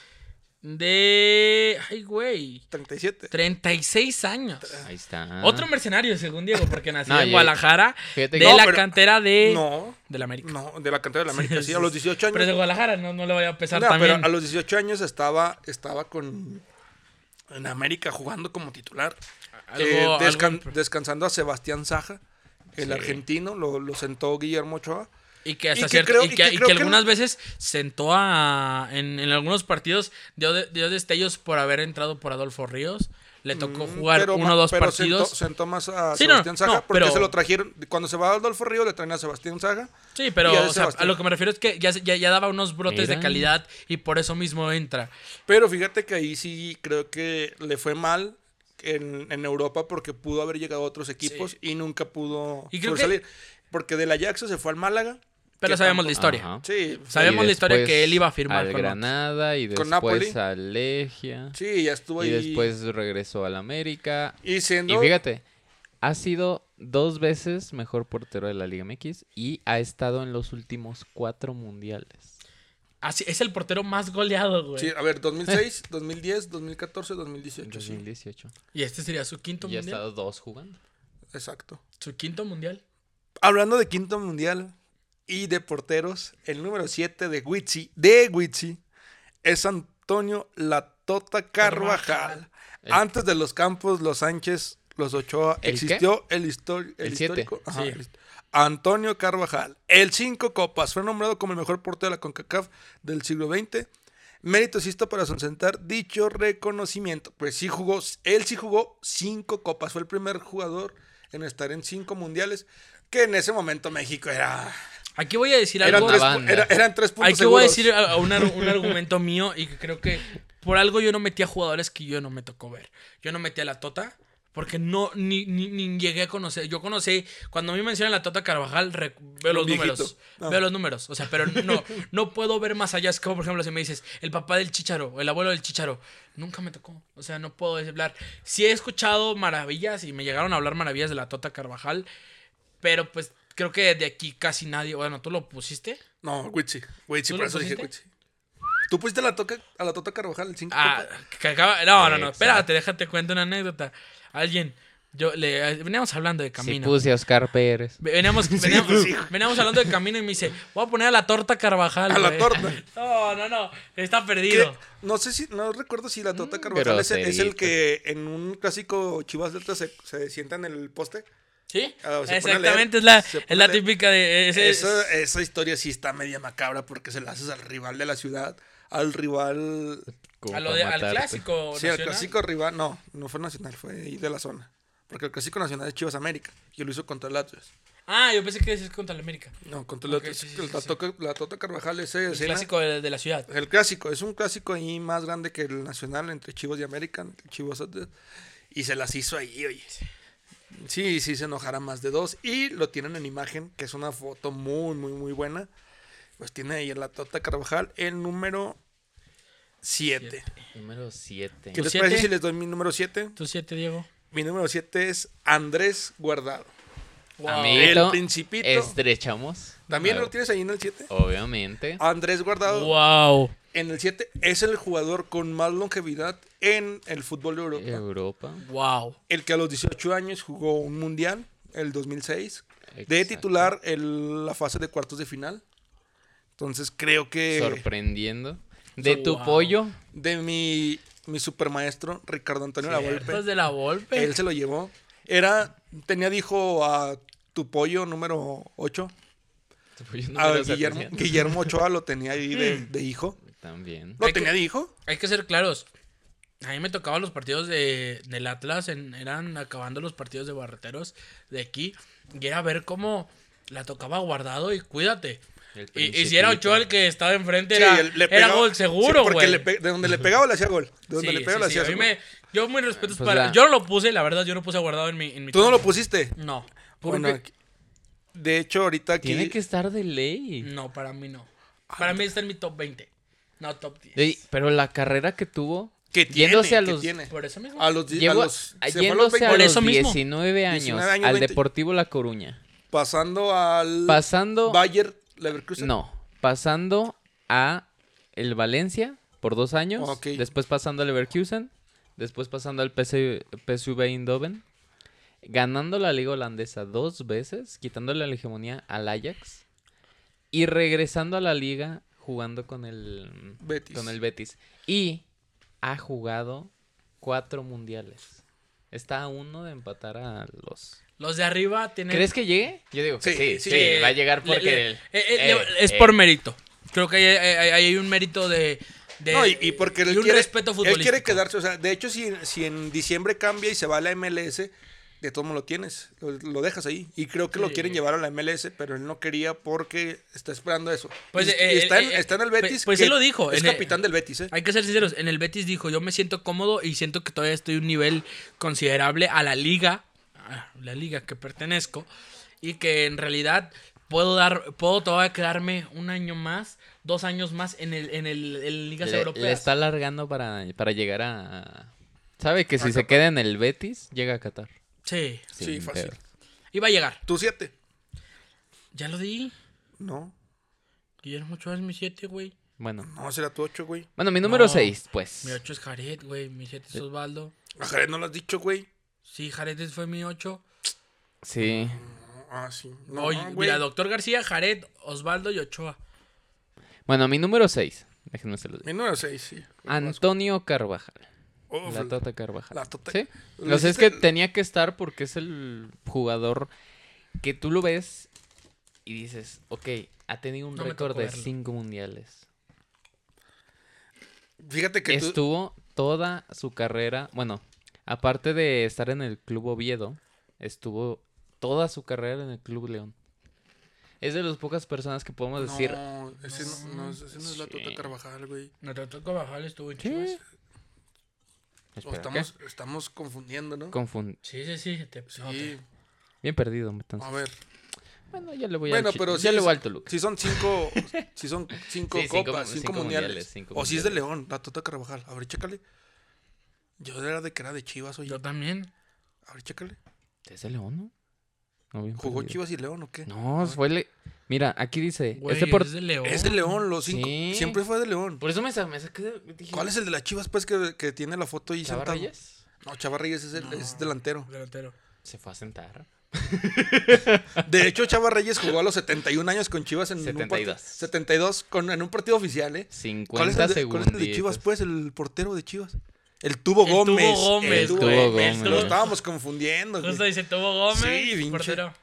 A: de... Ay, güey.
B: 37.
A: 36 años.
C: Ahí está.
A: Otro mercenario, según Diego, porque nació
C: No,
A: en
C: yo-
A: Guadalajara.
C: Fíjate
A: De
C: que-
B: No,
A: la
B: pero-
A: cantera de...
B: No,
A: Del América.
B: no, de la cantera de la América. Sí, a los
A: Pero
B: 18
A: es de
B: años.
A: Guadalajara, no, no le voy a pesar
B: No, pero
A: también.
B: a los 18 años estaba, estaba con. En América jugando como titular.
A: Algo-
B: Eh,
A: algo-
B: descan- Descansando a Sebastián Saja, el
C: Sí.
B: argentino, lo, lo sentó Guillermo Ochoa.
A: Y que hasta
B: y que
A: cierto-
B: creo-
A: y
B: y
A: que,
B: que
A: y
B: creo
A: que
B: que-
A: algunas veces sentó a. En, en algunos partidos dio, de- dio destellos por haber entrado por Adolfo Ríos. Le tocó jugar
B: Mm, Pero
A: uno
B: ma-
A: o dos
B: pero
A: partidos.
B: Sentó, sentó más a
A: Sí, no,
B: Sebastián Saja
A: no,
B: porque
A: pero-
B: se lo trajeron. Cuando se va Adolfo Río, le traen a Sebastián Saja.
A: Sí,
B: y a
A: pero o sea,
B: Sebastián.
A: a lo que me refiero es que ya, se- ya, ya daba unos brotes de
C: Mira.
A: calidad y por eso mismo entra.
B: Pero fíjate que ahí sí creo que le fue mal en, en Europa porque pudo haber llegado a otros equipos y nunca pudo
A: Y creo que-
B: salir. Porque del Ajax se fue al Málaga.
A: Pero
B: que
A: sabemos la
B: tampoco-
A: historia.
C: Ajá.
B: Sí,
A: Sabemos
C: Y
A: la historia
C: después
A: que él iba a firmar
C: al
A: con
C: Granada y
B: Con
C: después
B: Napoli.
C: a Legia.
B: sí, ya estuvo
C: y
B: ahí.
C: después regresó al América.
B: Y
C: Y
B: siendo.
C: fíjate, ha sido dos veces mejor portero de la Liga MX y ha estado en los últimos cuatro mundiales.
A: Así, es el portero más goleado, güey.
B: sí, a ver, 2006, 2010, 2014, 2018. Sí,
C: 2018.
A: Y este sería su quinto
C: Y ha
A: mundial.
C: estado dos jugando.
B: exacto.
A: Su quinto mundial.
B: Hablando de quinto mundial y de porteros, el número 7 de Witsi, de Witsi, es Antonio Latota Carvajal.
C: El-
B: Antes de los Campos, los Sánchez, los Ochoa,
C: ¿El
B: existió el, histori- el
C: El siete.
B: histórico. ajá,
A: Sí.
B: el hist- Antonio Carvajal, el cinco copas, fue nombrado como el mejor portero de la CONCACAF del siglo XX. Meritosista para sustentar dicho reconocimiento. Pues sí jugó, él sí jugó cinco copas. Fue el primer jugador en estar en cinco mundiales. Que en ese momento México era.
A: Aquí voy a decir
B: Eran
A: algo.
B: tres,
C: banda.
B: era- eran tres puntos.
A: Hay que voy a
B: seguros.
A: decir a- a un, ar- un argumento mío y que creo que por algo yo no metí a jugadores que yo no me tocó ver. Yo no metí a la Tota porque no ni, ni- ni llegué a conocer. Yo conocí cuando a mí mencionan la Tota Carvajal re- veo los
B: Viejito.
A: números,
B: Ah.
A: veo los números, o sea, pero no no puedo ver más allá. Es como por ejemplo si me dices el papá del Chicharo, o el abuelo del Chicharo, nunca me tocó. O sea, no puedo hablar. Sí he escuchado maravillas y me llegaron a hablar maravillas de la Tota Carvajal, pero pues creo que de aquí casi nadie. Bueno, tú lo pusiste.
B: No, Witsi. Witsi,
A: ¿Tú
B: por
A: lo
B: eso dije
A: pusiste?
B: Witsi. Tú pusiste a la, toca, a la Tota Carvajal el cinco
A: Ah,
B: copas.
A: que acaba- No, no, no.
C: Exacto.
A: Espérate, déjate cuento una anécdota. Alguien, yo le eh, veníamos hablando de
C: Sí
A: camino.
C: puse a Oscar Pérez.
A: Veníamos, veníamos,
B: pues sí.
A: veníamos hablando de camino y me dice, voy a poner a la torta Carvajal.
B: A la
A: güey".
B: torta.
A: No, no, no. Está
B: Que-
A: perdido.
B: no sé si, no recuerdo si la
A: Mm,
B: Tota Carvajal es, es el
C: groserito.
B: que en un clásico Chivas Delta se, se sienta en el poste.
A: ¿Sí?
B: Ah, se pone a
A: Exactamente,
B: leer,
A: es la,
B: se pone
A: es la
B: a leer.
A: típica de. ese-
B: Esa, esa historia sí está media macabra porque se la haces al rival de la ciudad, al rival.
C: como pues.
A: a lo
C: para
A: de- al
C: matarte.
A: clásico.
B: pues. Sí, al
A: nacional.
B: clásico rival. No, no fue nacional, fue ahí de la zona. Porque el clásico nacional es Chivas América. Yo lo hizo contra el Atlas.
A: Ah, yo pensé que decías contra el América.
B: No, contra el
A: Ok,
B: otro-
A: sí, sí,
B: el
A: sí, Pues
B: Tato- la Tota Carvajal, ese
A: El
B: escena-
A: clásico de, de la ciudad.
B: El clásico, es un clásico ahí más grande que el nacional entre Chivos y América, entre Chivos Atlas, y se las hizo ahí, oye. Sí, sí, se enojará más de dos. Y lo tienen en imagen, que es una foto muy, muy, muy buena. Pues tiene ahí en la Tota Carvajal el número 7.
C: Número 7.
B: ¿Qué
A: ¿Tu
B: les
A: siete?
B: parece si les doy mi número 7?
A: ¿Tú siete, Diego?
B: Mi número 7 es Andrés Guardado.
A: Wow.
B: mí.
C: Amiguito,
B: El Principito.
C: Estrechamos.
B: ¿También
C: Claro.
B: lo tienes ahí en el 7?
C: Obviamente.
B: Andrés Guardado
A: Wow.
B: en el 7 es el jugador con más longevidad en el fútbol de Europa.
C: Europa.
A: Wow.
B: El que a los 18 años jugó un mundial, el 2006. De
C: Exacto.
B: titular en la fase de cuartos de final. Entonces creo que
C: Sorprendiendo. De tu
A: Wow.
C: pollo.
B: de mi, mi supermaestro, Ricardo Antonio
A: Ciertos
B: Lavolpe,
A: de la Volpe.
B: él se lo llevó. Era, tenía dijo a tu pollo número 8,
C: Tu pollo
B: a
C: número
B: Ah, Guillermo,
C: 700.
B: Guillermo Ochoa lo tenía ahí de, de hijo.
C: También.
B: ¿Lo
A: Hay Mm. que-
B: tenía de hijo?
A: Hay que ser claros. A mí me tocaban los partidos de, del Atlas, en- eran acabando los partidos de barreteros de aquí. Y era ver cómo la tocaba guardado y cuídate.
C: El
A: Y, y si era
C: Principito.
A: Ochoa el que estaba enfrente,
B: Sí,
A: era,
B: él le
A: era
B: pegaba-
A: gol seguro,
B: sí, porque
A: güey.
B: le pe- de donde le pegaba le hacía gol. De donde
A: Sí,
B: le pegaba
A: sí,
B: le
A: sí,
B: hacía
A: a mí
B: gol.
A: me- yo muy respetos
C: Pues
A: para.
C: la-
A: Yo no lo puse, la verdad, yo no puse guardado en mi. En mi
B: ¿Tú no lo pusiste?
A: No. Porque-
B: Bueno, aquí- de hecho, ahorita aquí.
C: Tiene que estar de ley.
B: Mm,
A: No, para mí no. Para mí está en mi top 20. No, top 10.
C: Ey, Pero la carrera que tuvo.
B: Que tiene,
C: yéndose a
B: que
C: los.
B: tiene.
A: Por eso mismo.
B: A los, di- a
C: llegó-
B: los-
C: a-
B: se fue a los
C: yéndose a
A: Por
B: 20,
C: los
A: eso mismo.
C: 19 años
B: 19 años,
C: al
B: 20.
C: Deportivo La Coruña.
B: pasando al
C: Pasando.
B: Bayer Leverkusen.
C: No, pasando a el Valencia por dos años,
B: Ok.
C: después pasando al Leverkusen, después pasando al PSV PSV Eindhoven, ganando la liga holandesa dos veces, quitándole la hegemonía al Ajax y regresando a la liga jugando con el
B: Betis.
C: con el Betis y ha jugado cuatro mundiales. Está a uno de empatar a los.
A: Los de arriba tienen.
C: ¿Crees que llegue? Yo digo que
B: Sí,
C: sí,
B: sí.
C: sí,
A: Eh,
C: va a llegar
A: le-
C: porque
A: le-
C: el-
A: eh, eh,
C: eh,
A: le- es
C: eh,
A: por mérito. Creo que hay, hay- hay- hay un mérito de. de-
B: No, y, y porque él
A: un
B: quiere,
A: respeto futbolístico.
B: él quiere quedarse. O sea, de hecho, si, si en diciembre cambia y se va a la MLS, de todo modo lo tienes. Lo, lo dejas ahí. Y creo que lo
A: Sí.
B: quieren llevar a la MLS, pero él no quería porque está esperando eso.
A: Pues,
B: Y- y
A: eh,
B: está, en,
A: eh, eh,
B: está en el
A: pues-
B: Betis.
A: pues
B: que
A: él lo dijo,
B: Es
A: en el-
B: capitán del Betis, ¿eh?
A: Hay que ser sinceros. En el Betis dijo: Yo me siento cómodo y siento que todavía estoy a un nivel considerable a la liga. a la liga que pertenezco. Y que en realidad puedo dar puedo todavía quedarme un año más, dos años más en el en el en ligas
C: le,
A: europeas.
C: le está alargando para, para llegar a. Sabe que si
B: A
C: se
B: Qatar.
C: queda en el Betis, llega a Qatar.
A: Sí.
B: Sí,
C: Sin
B: fácil.
C: pedo.
A: Iba a llegar.
B: ¿Tú siete?
A: Ya lo di.
B: No.
A: Guillermo Ochoa es mi 7, güey.
C: Bueno.
B: No, será tu ocho, güey.
C: Bueno, mi número
A: No.
C: 6, pues.
A: Mi 8 es Jared, güey. Mi 7 es Osvaldo.
B: A Jared no lo has dicho, güey.
A: Sí, Jared fue mi 8.
C: Sí.
B: Ah, sí. No,
A: Oye,
B: güey.
A: mira, doctor García, Jared, Osvaldo y Ochoa.
C: Bueno, mi número 6. Déjenme se los digo.
B: Mi número seis, sí.
C: Antonio Carvajal.
B: Uf,
C: La Tota Carvajal.
B: la Tota-
C: Sí.
B: lo
C: Lo sé, es que
B: hiciste-
C: tenía que estar porque es el jugador que tú lo ves y dices, ok, ha tenido un
A: No me
C: récord
A: tocó
C: de
A: verlo.
C: 5 mundiales.
B: Fíjate que tú-
C: estuvo toda su carrera, bueno, aparte de estar en el Club Oviedo, estuvo toda su carrera en el Club León. Es de las pocas personas que podemos decir,
B: No, ese no, no, ese no es la Tota
C: Sí.
B: Carvajal, güey.
A: No trató con Bajal, estuvo en
C: ¿Qué?
A: Chivas.
B: O
C: Espera, ¿qué?
B: estamos, estamos confundiendo, ¿no?
C: Confund-
A: Sí, sí, sí. te-
B: Sí,
A: no, te-
C: Bien perdido, entonces.
B: a ver.
C: Bueno, ya le voy
B: Ah. Bueno,
C: al Chi-
B: pero
C: ya
B: sí
C: le voy
B: es-
C: al Toluca.
B: Si son cinco, si son cinco
C: Sí, cinco
B: copas,
C: mu-
B: cinco,
C: cinco
B: mundiales.
C: mundiales, cinco
B: o si es de
C: mundiales.
B: León, la Tota Carvajal. A ver, chécale. Yo era de que era de Chivas, oye.
A: Yo también.
B: A ver, chécale.
C: ¿Es de León, no? No, bien
B: ¿Jugó
C: perdido.
B: Chivas y León o qué?
C: No, fue le... Mira, aquí dice,
A: Güey,
C: este por...
A: es de León.
B: Es de León, los cinco.
C: Sí.
B: Siempre fue de León.
C: Por eso me, sa- me saqué de- dije,
B: ¿Cuál es el de las Chivas, pues, que, que tiene la foto ahí
C: ¿Chava
B: sentado?
C: Reyes?
B: No, Chava Reyes es, el,
A: No.
B: es delantero.
A: Delantero.
C: Se fue a sentar.
B: De hecho, Chava Reyes jugó a los 71 años con Chivas en un
C: 72.
B: partido. 72 con, en un partido oficial, ¿eh?
C: 50
B: ¿Cuál es, el de, cuál
C: segundos.
B: es el de Chivas, pues? El portero de Chivas. El Tubo
A: El Tubo
B: Gómez.
A: Gómez,
B: El Tubo
A: güey.
C: Tubo
B: Gómez.
C: Gómez.
B: Lo estábamos confundiendo. güey.
A: Justo dice Tuvo Gómez.
B: Sí, pinche.
A: portero.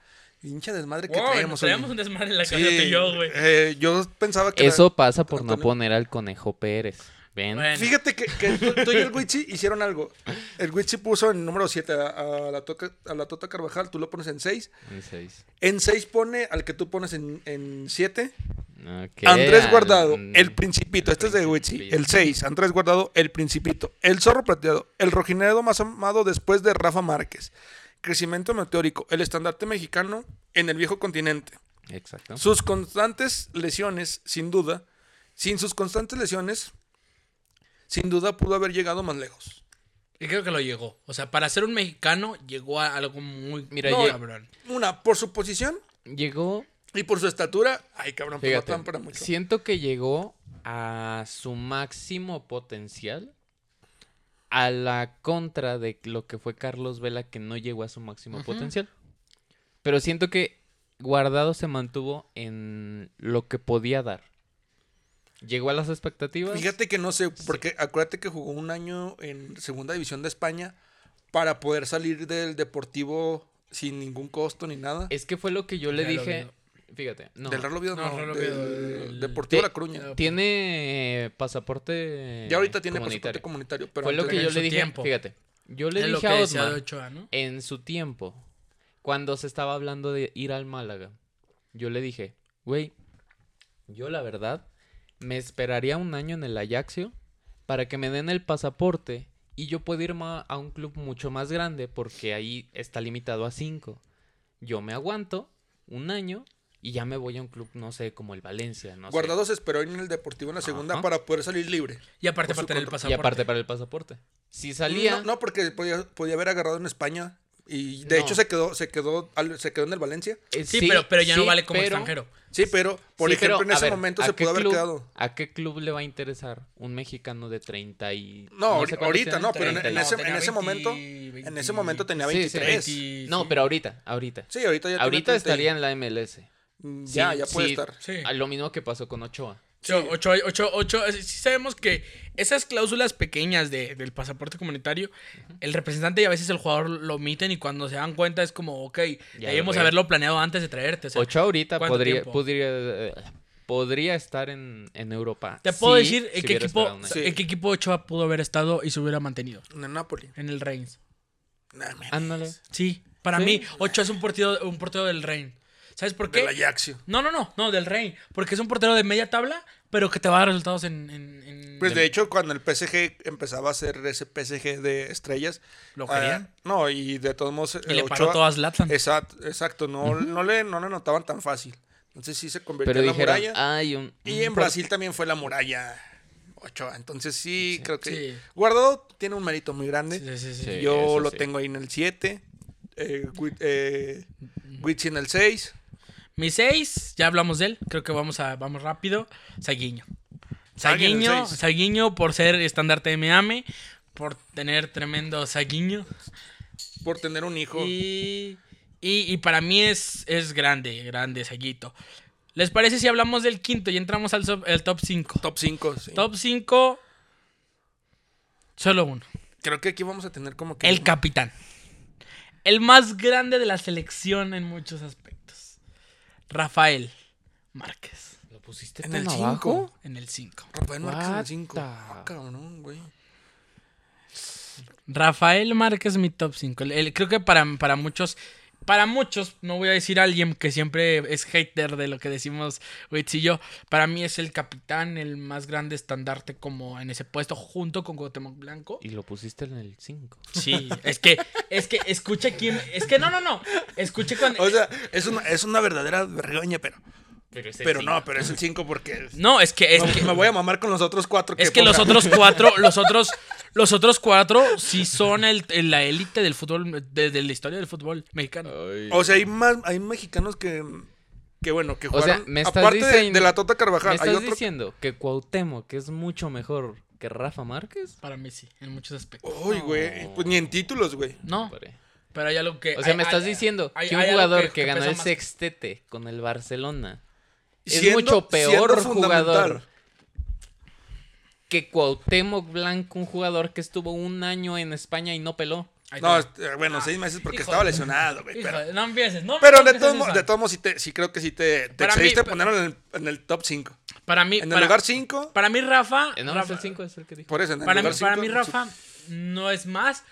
B: Hincha desmadre que
A: Wow,
B: traemos.
A: traíamos un
B: hoy.
A: desmadre en la
B: Sí,
A: casa tú y yo, güey.
B: eh, yo pensaba que era-
C: Eso pasa por no
B: Antonio.
C: poner al Conejo Pérez. Ven.
A: Bueno.
B: Fíjate que, que tú, tú y el Wichi hicieron algo. El Wichi puso en número 7 a, a la toca, a la Tota Carvajal, tú lo pones en 6.
C: Un seis.
B: En 6 pone al que tú pones en 7.
C: Ok,
B: Andrés
C: al-
B: Guardado,
C: mm,
B: el Principito.
C: el
B: este es de Wichi.
C: Principito.
B: El 6. Andrés Guardado, el Principito. El Zorro Plateado. El Rojinedo más amado después de Rafa Márquez. Crecimiento meteórico. El estandarte mexicano en el viejo continente.
C: Exacto.
B: Sus constantes lesiones, sin duda. Sin sus constantes lesiones, sin duda pudo haber llegado más lejos.
A: Y creo que lo llegó. O sea, para ser un mexicano, llegó a algo muy
C: Mira,
A: no,
C: lle-
A: cabrón.
B: Una, por su posición
C: Llegó
B: y por su estatura. Ay, cabrón, pues
C: Fíjate,
B: no tan para mucho.
C: siento que llegó a su máximo potencial a la contra de lo que fue Carlos Vela, que no llegó a su máximo
A: Ujú.
C: potencial. Pero siento que Guardado se mantuvo en lo que podía dar. Llegó a las expectativas.
B: Fíjate que no sé, porque acuérdate que jugó un año en Segunda División de España para poder salir del Deportivo sin ningún costo ni nada.
C: Es que fue lo que yo le
A: Real
C: dije. Fíjate, Eh, no.
B: Del Real Oviedo,
A: No,
B: no,
A: Real
B: del
A: Oviedo, del-
B: Deportivo
C: Te-
B: La Coruña.
C: Tiene eh, pasaporte.
B: Ya ahorita tiene
C: comunitario.
B: pasaporte comunitario, pero
C: Fue lo
B: antes-
C: que yo
A: en su
C: le dije.
A: tiempo.
C: Fíjate. Yo le
A: Es
C: dije
A: lo que
C: a
A: decía
C: Otman.
A: de Ochoa, ¿no?
C: en su tiempo, cuando se estaba hablando de ir al Málaga, yo le dije, güey, yo la verdad me esperaría un año en el Ajaxio para que me den el pasaporte y yo pueda irme a- a un club mucho más grande porque ahí está limitado a cinco. Yo me aguanto un año y ya me voy a un club, no sé, como el Valencia, no sé.
B: Guardado se esperó en el Deportivo en la segunda
C: Ajá.
B: para poder salir libre.
A: Y aparte
B: Por su
A: para tener el
B: contra-
A: pasaporte.
C: Y aparte para el pasaporte. Si salía...
B: No, no, porque podía, podía haber agarrado en España. Y de
C: No.
B: hecho se quedó, se quedó, al- se quedó en el Valencia.
C: eh,
A: Sí, pero, pero ya no
C: sí,
A: vale como
C: pero-
A: extranjero.
B: Sí, pero, por
C: Sí,
B: ejemplo,
C: pero,
B: en
C: a
B: ese
C: ver,
B: momento
C: ¿a
B: se
C: qué
B: pudo haber
C: club-
B: quedado.
C: ¿A qué club le va a interesar un mexicano de 30 y...
B: No,
C: sé
B: ahori-
C: cuántos
B: ahorita
C: tienen,
B: no, pero en-
C: 30 y-
B: en ese-
A: tenía
B: ese momento-
A: 20,
B: En ese momento tenía
C: Sí, sí,
B: 23. Sí,
A: 20,
C: No,
A: sí.
C: pero ahorita, ahorita.
B: ahorita ya tiene 30
C: ahorita
B: y- Mm,
C: estaría en la MLS.
B: Ya,
C: Sí,
B: ya puede
C: sí,
B: estar.
A: Sí.
C: a Lo mismo que pasó con Ochoa.
A: Sí, ocho, ocho, ocho, eh, sí sabemos que esas cláusulas pequeñas de- del pasaporte comunitario, el representante y a veces el jugador lo omiten y cuando se dan cuenta es como, ok,
C: Ya
A: debíamos
C: lo veo.
A: haberlo planeado antes de traerte. o sea,
C: Ochoa ahorita
A: ¿cuánto
C: podría,
A: tiempo?
C: podría, eh, podría estar en, en Europa.
A: te puedo
C: Sí,
A: decir en
C: si
A: qué
C: hubiera
A: equipo,
C: esperado un año.
B: Sí.
A: en qué equipo Ochoa pudo haber estado y se hubiera mantenido.
B: En el Napoli.
A: En el Reims.
B: Nah, man.
C: Ándale.
A: Sí, para
C: Sí.
A: mí Ochoa es un portero, un portero del Reims. ¿Sabes por
B: Del
A: qué?
B: Ajaxio.
A: No, no, no, no, del Reims. Porque es un portero de media tabla, pero que te va a dar resultados en... en- en-
B: Pues de hecho, cuando el PSG empezaba a ser ese PSG de estrellas.
A: Lo
B: ah,
A: querían.
B: no, y de todos modos.
A: y
B: eh,
A: le paró
B: Ochoa-
A: todas Zlatan.
B: Exacto, exacto no, no, le, no le notaban tan fácil. Entonces sí se convirtió
C: Pero
B: en la
C: dijeron, "Ah, mm,
B: muralla.
C: ay, un...
B: Y en
C: un-
B: Brasil también fue la muralla Ochoa. Entonces sí, creo que.
A: Sí.
B: Guardado tiene un mérito muy grande.
A: Sí, sí, sí.
C: Sí.
B: Yo
C: eso
B: lo
C: sí.
B: tengo ahí en el 7. Eh, Wit- eh, Witsi en el 6.
A: Mi 6, ya hablamos de él, creo que vamos a vamos rápido. Saguiño.
B: Sague en el
A: Saguiño,
B: seis.
A: Saguiño por ser estandarte de Miami, por tener tremendo Saguiño.
B: Por tener un hijo.
A: Y, y, y para mí es, es grande, grande Saguito. ¿Les parece si hablamos del quinto y entramos al so- el top 5?
B: Top 5.
A: Top 5, solo uno.
B: Creo que aquí vamos a tener como que.
A: El capitán. El más grande de la selección en muchos aspectos. Rafael Márquez,
C: ¿Lo pusiste
B: En
C: tan
B: el cinco.
C: abajo?
A: en el 5.
B: Rafael Márquez en
C: What
B: el 5.
C: the-
B: Ah, cabrón, güey.
A: Rafael Márquez, mi top 5. creo que para, para muchos, para muchos, no voy a decir a alguien que siempre es hater de lo que decimos Witz y yo, para mí es el capitán, el más grande estandarte como en ese puesto junto con Cuauhtémoc Blanco.
C: Y lo pusiste en el 5.
A: Sí, es que, es que, escuche quién, es que no, no, no, escuche cuando...
B: O sea, es una, es una verdadera vergüenza, pero.
C: Pero, es el
B: Pero
C: cinco.
B: no, pero es el 5 porque.
A: no, es que, es
B: me,
A: que,
B: me voy a mamar con los otros cuatro.
A: es que los
B: ponga.
A: otros cuatro, los otros, los otros cuatro sí son el, la élite del fútbol, de, de la historia del fútbol
B: Oh.
A: mexicano.
C: Ay.
B: O sea, hay más, hay mexicanos que. Que bueno, que
C: O sea,
B: jugaron-
C: me estás
B: Aparte de- de,
C: diciendo-
B: la Tota
C: ¿Me
B: Carvajal, hay
C: estás
B: otro.
C: diciendo que Cuauhtémoc que es mucho mejor que Rafa Márquez?
A: Para mí sí, en muchos aspectos.
B: Uy, güey. Pues ni en títulos, güey.
A: No,
C: Hombre.
A: pero hay algo que.
C: O sea, me
A: hay-
C: estás
A: hay-
C: diciendo
A: hay-
C: que un
A: hay algo
C: jugador que, ganó
A: pesa
C: el
A: más.
C: sextete con el Barcelona es
B: Siendo-
C: mucho
B: siendo
C: peor jugador
B: fundamental.
C: que Cuauhtémoc Blanco, un jugador que estuvo un año en España y no peló.
A: Ahí
B: No,
A: está. Ah,
B: este, bueno, seis meses porque
A: hijo
B: estaba
A: de-
B: lesionado, güey.
A: Hijo,
B: Pero,
A: no empieces, no.
B: pero
A: no
B: de
A: empieces
B: todos modos,
A: eso.
B: de todos modos sí, te- sí creo que sí te, te
A: Para mí,
B: excediste
A: pe-
B: ponerlo en el, en el top 5.
A: Para mí,
B: En el
A: para,
B: lugar 5,
A: para mí Rafa,
C: Eh, No, es
A: Ah, Rafa-
C: el 5, es el que dijo.
B: por eso. En el
A: para, mí,
B: lugar
A: para
B: cinco,
A: mí
B: su-
A: Rafa no es más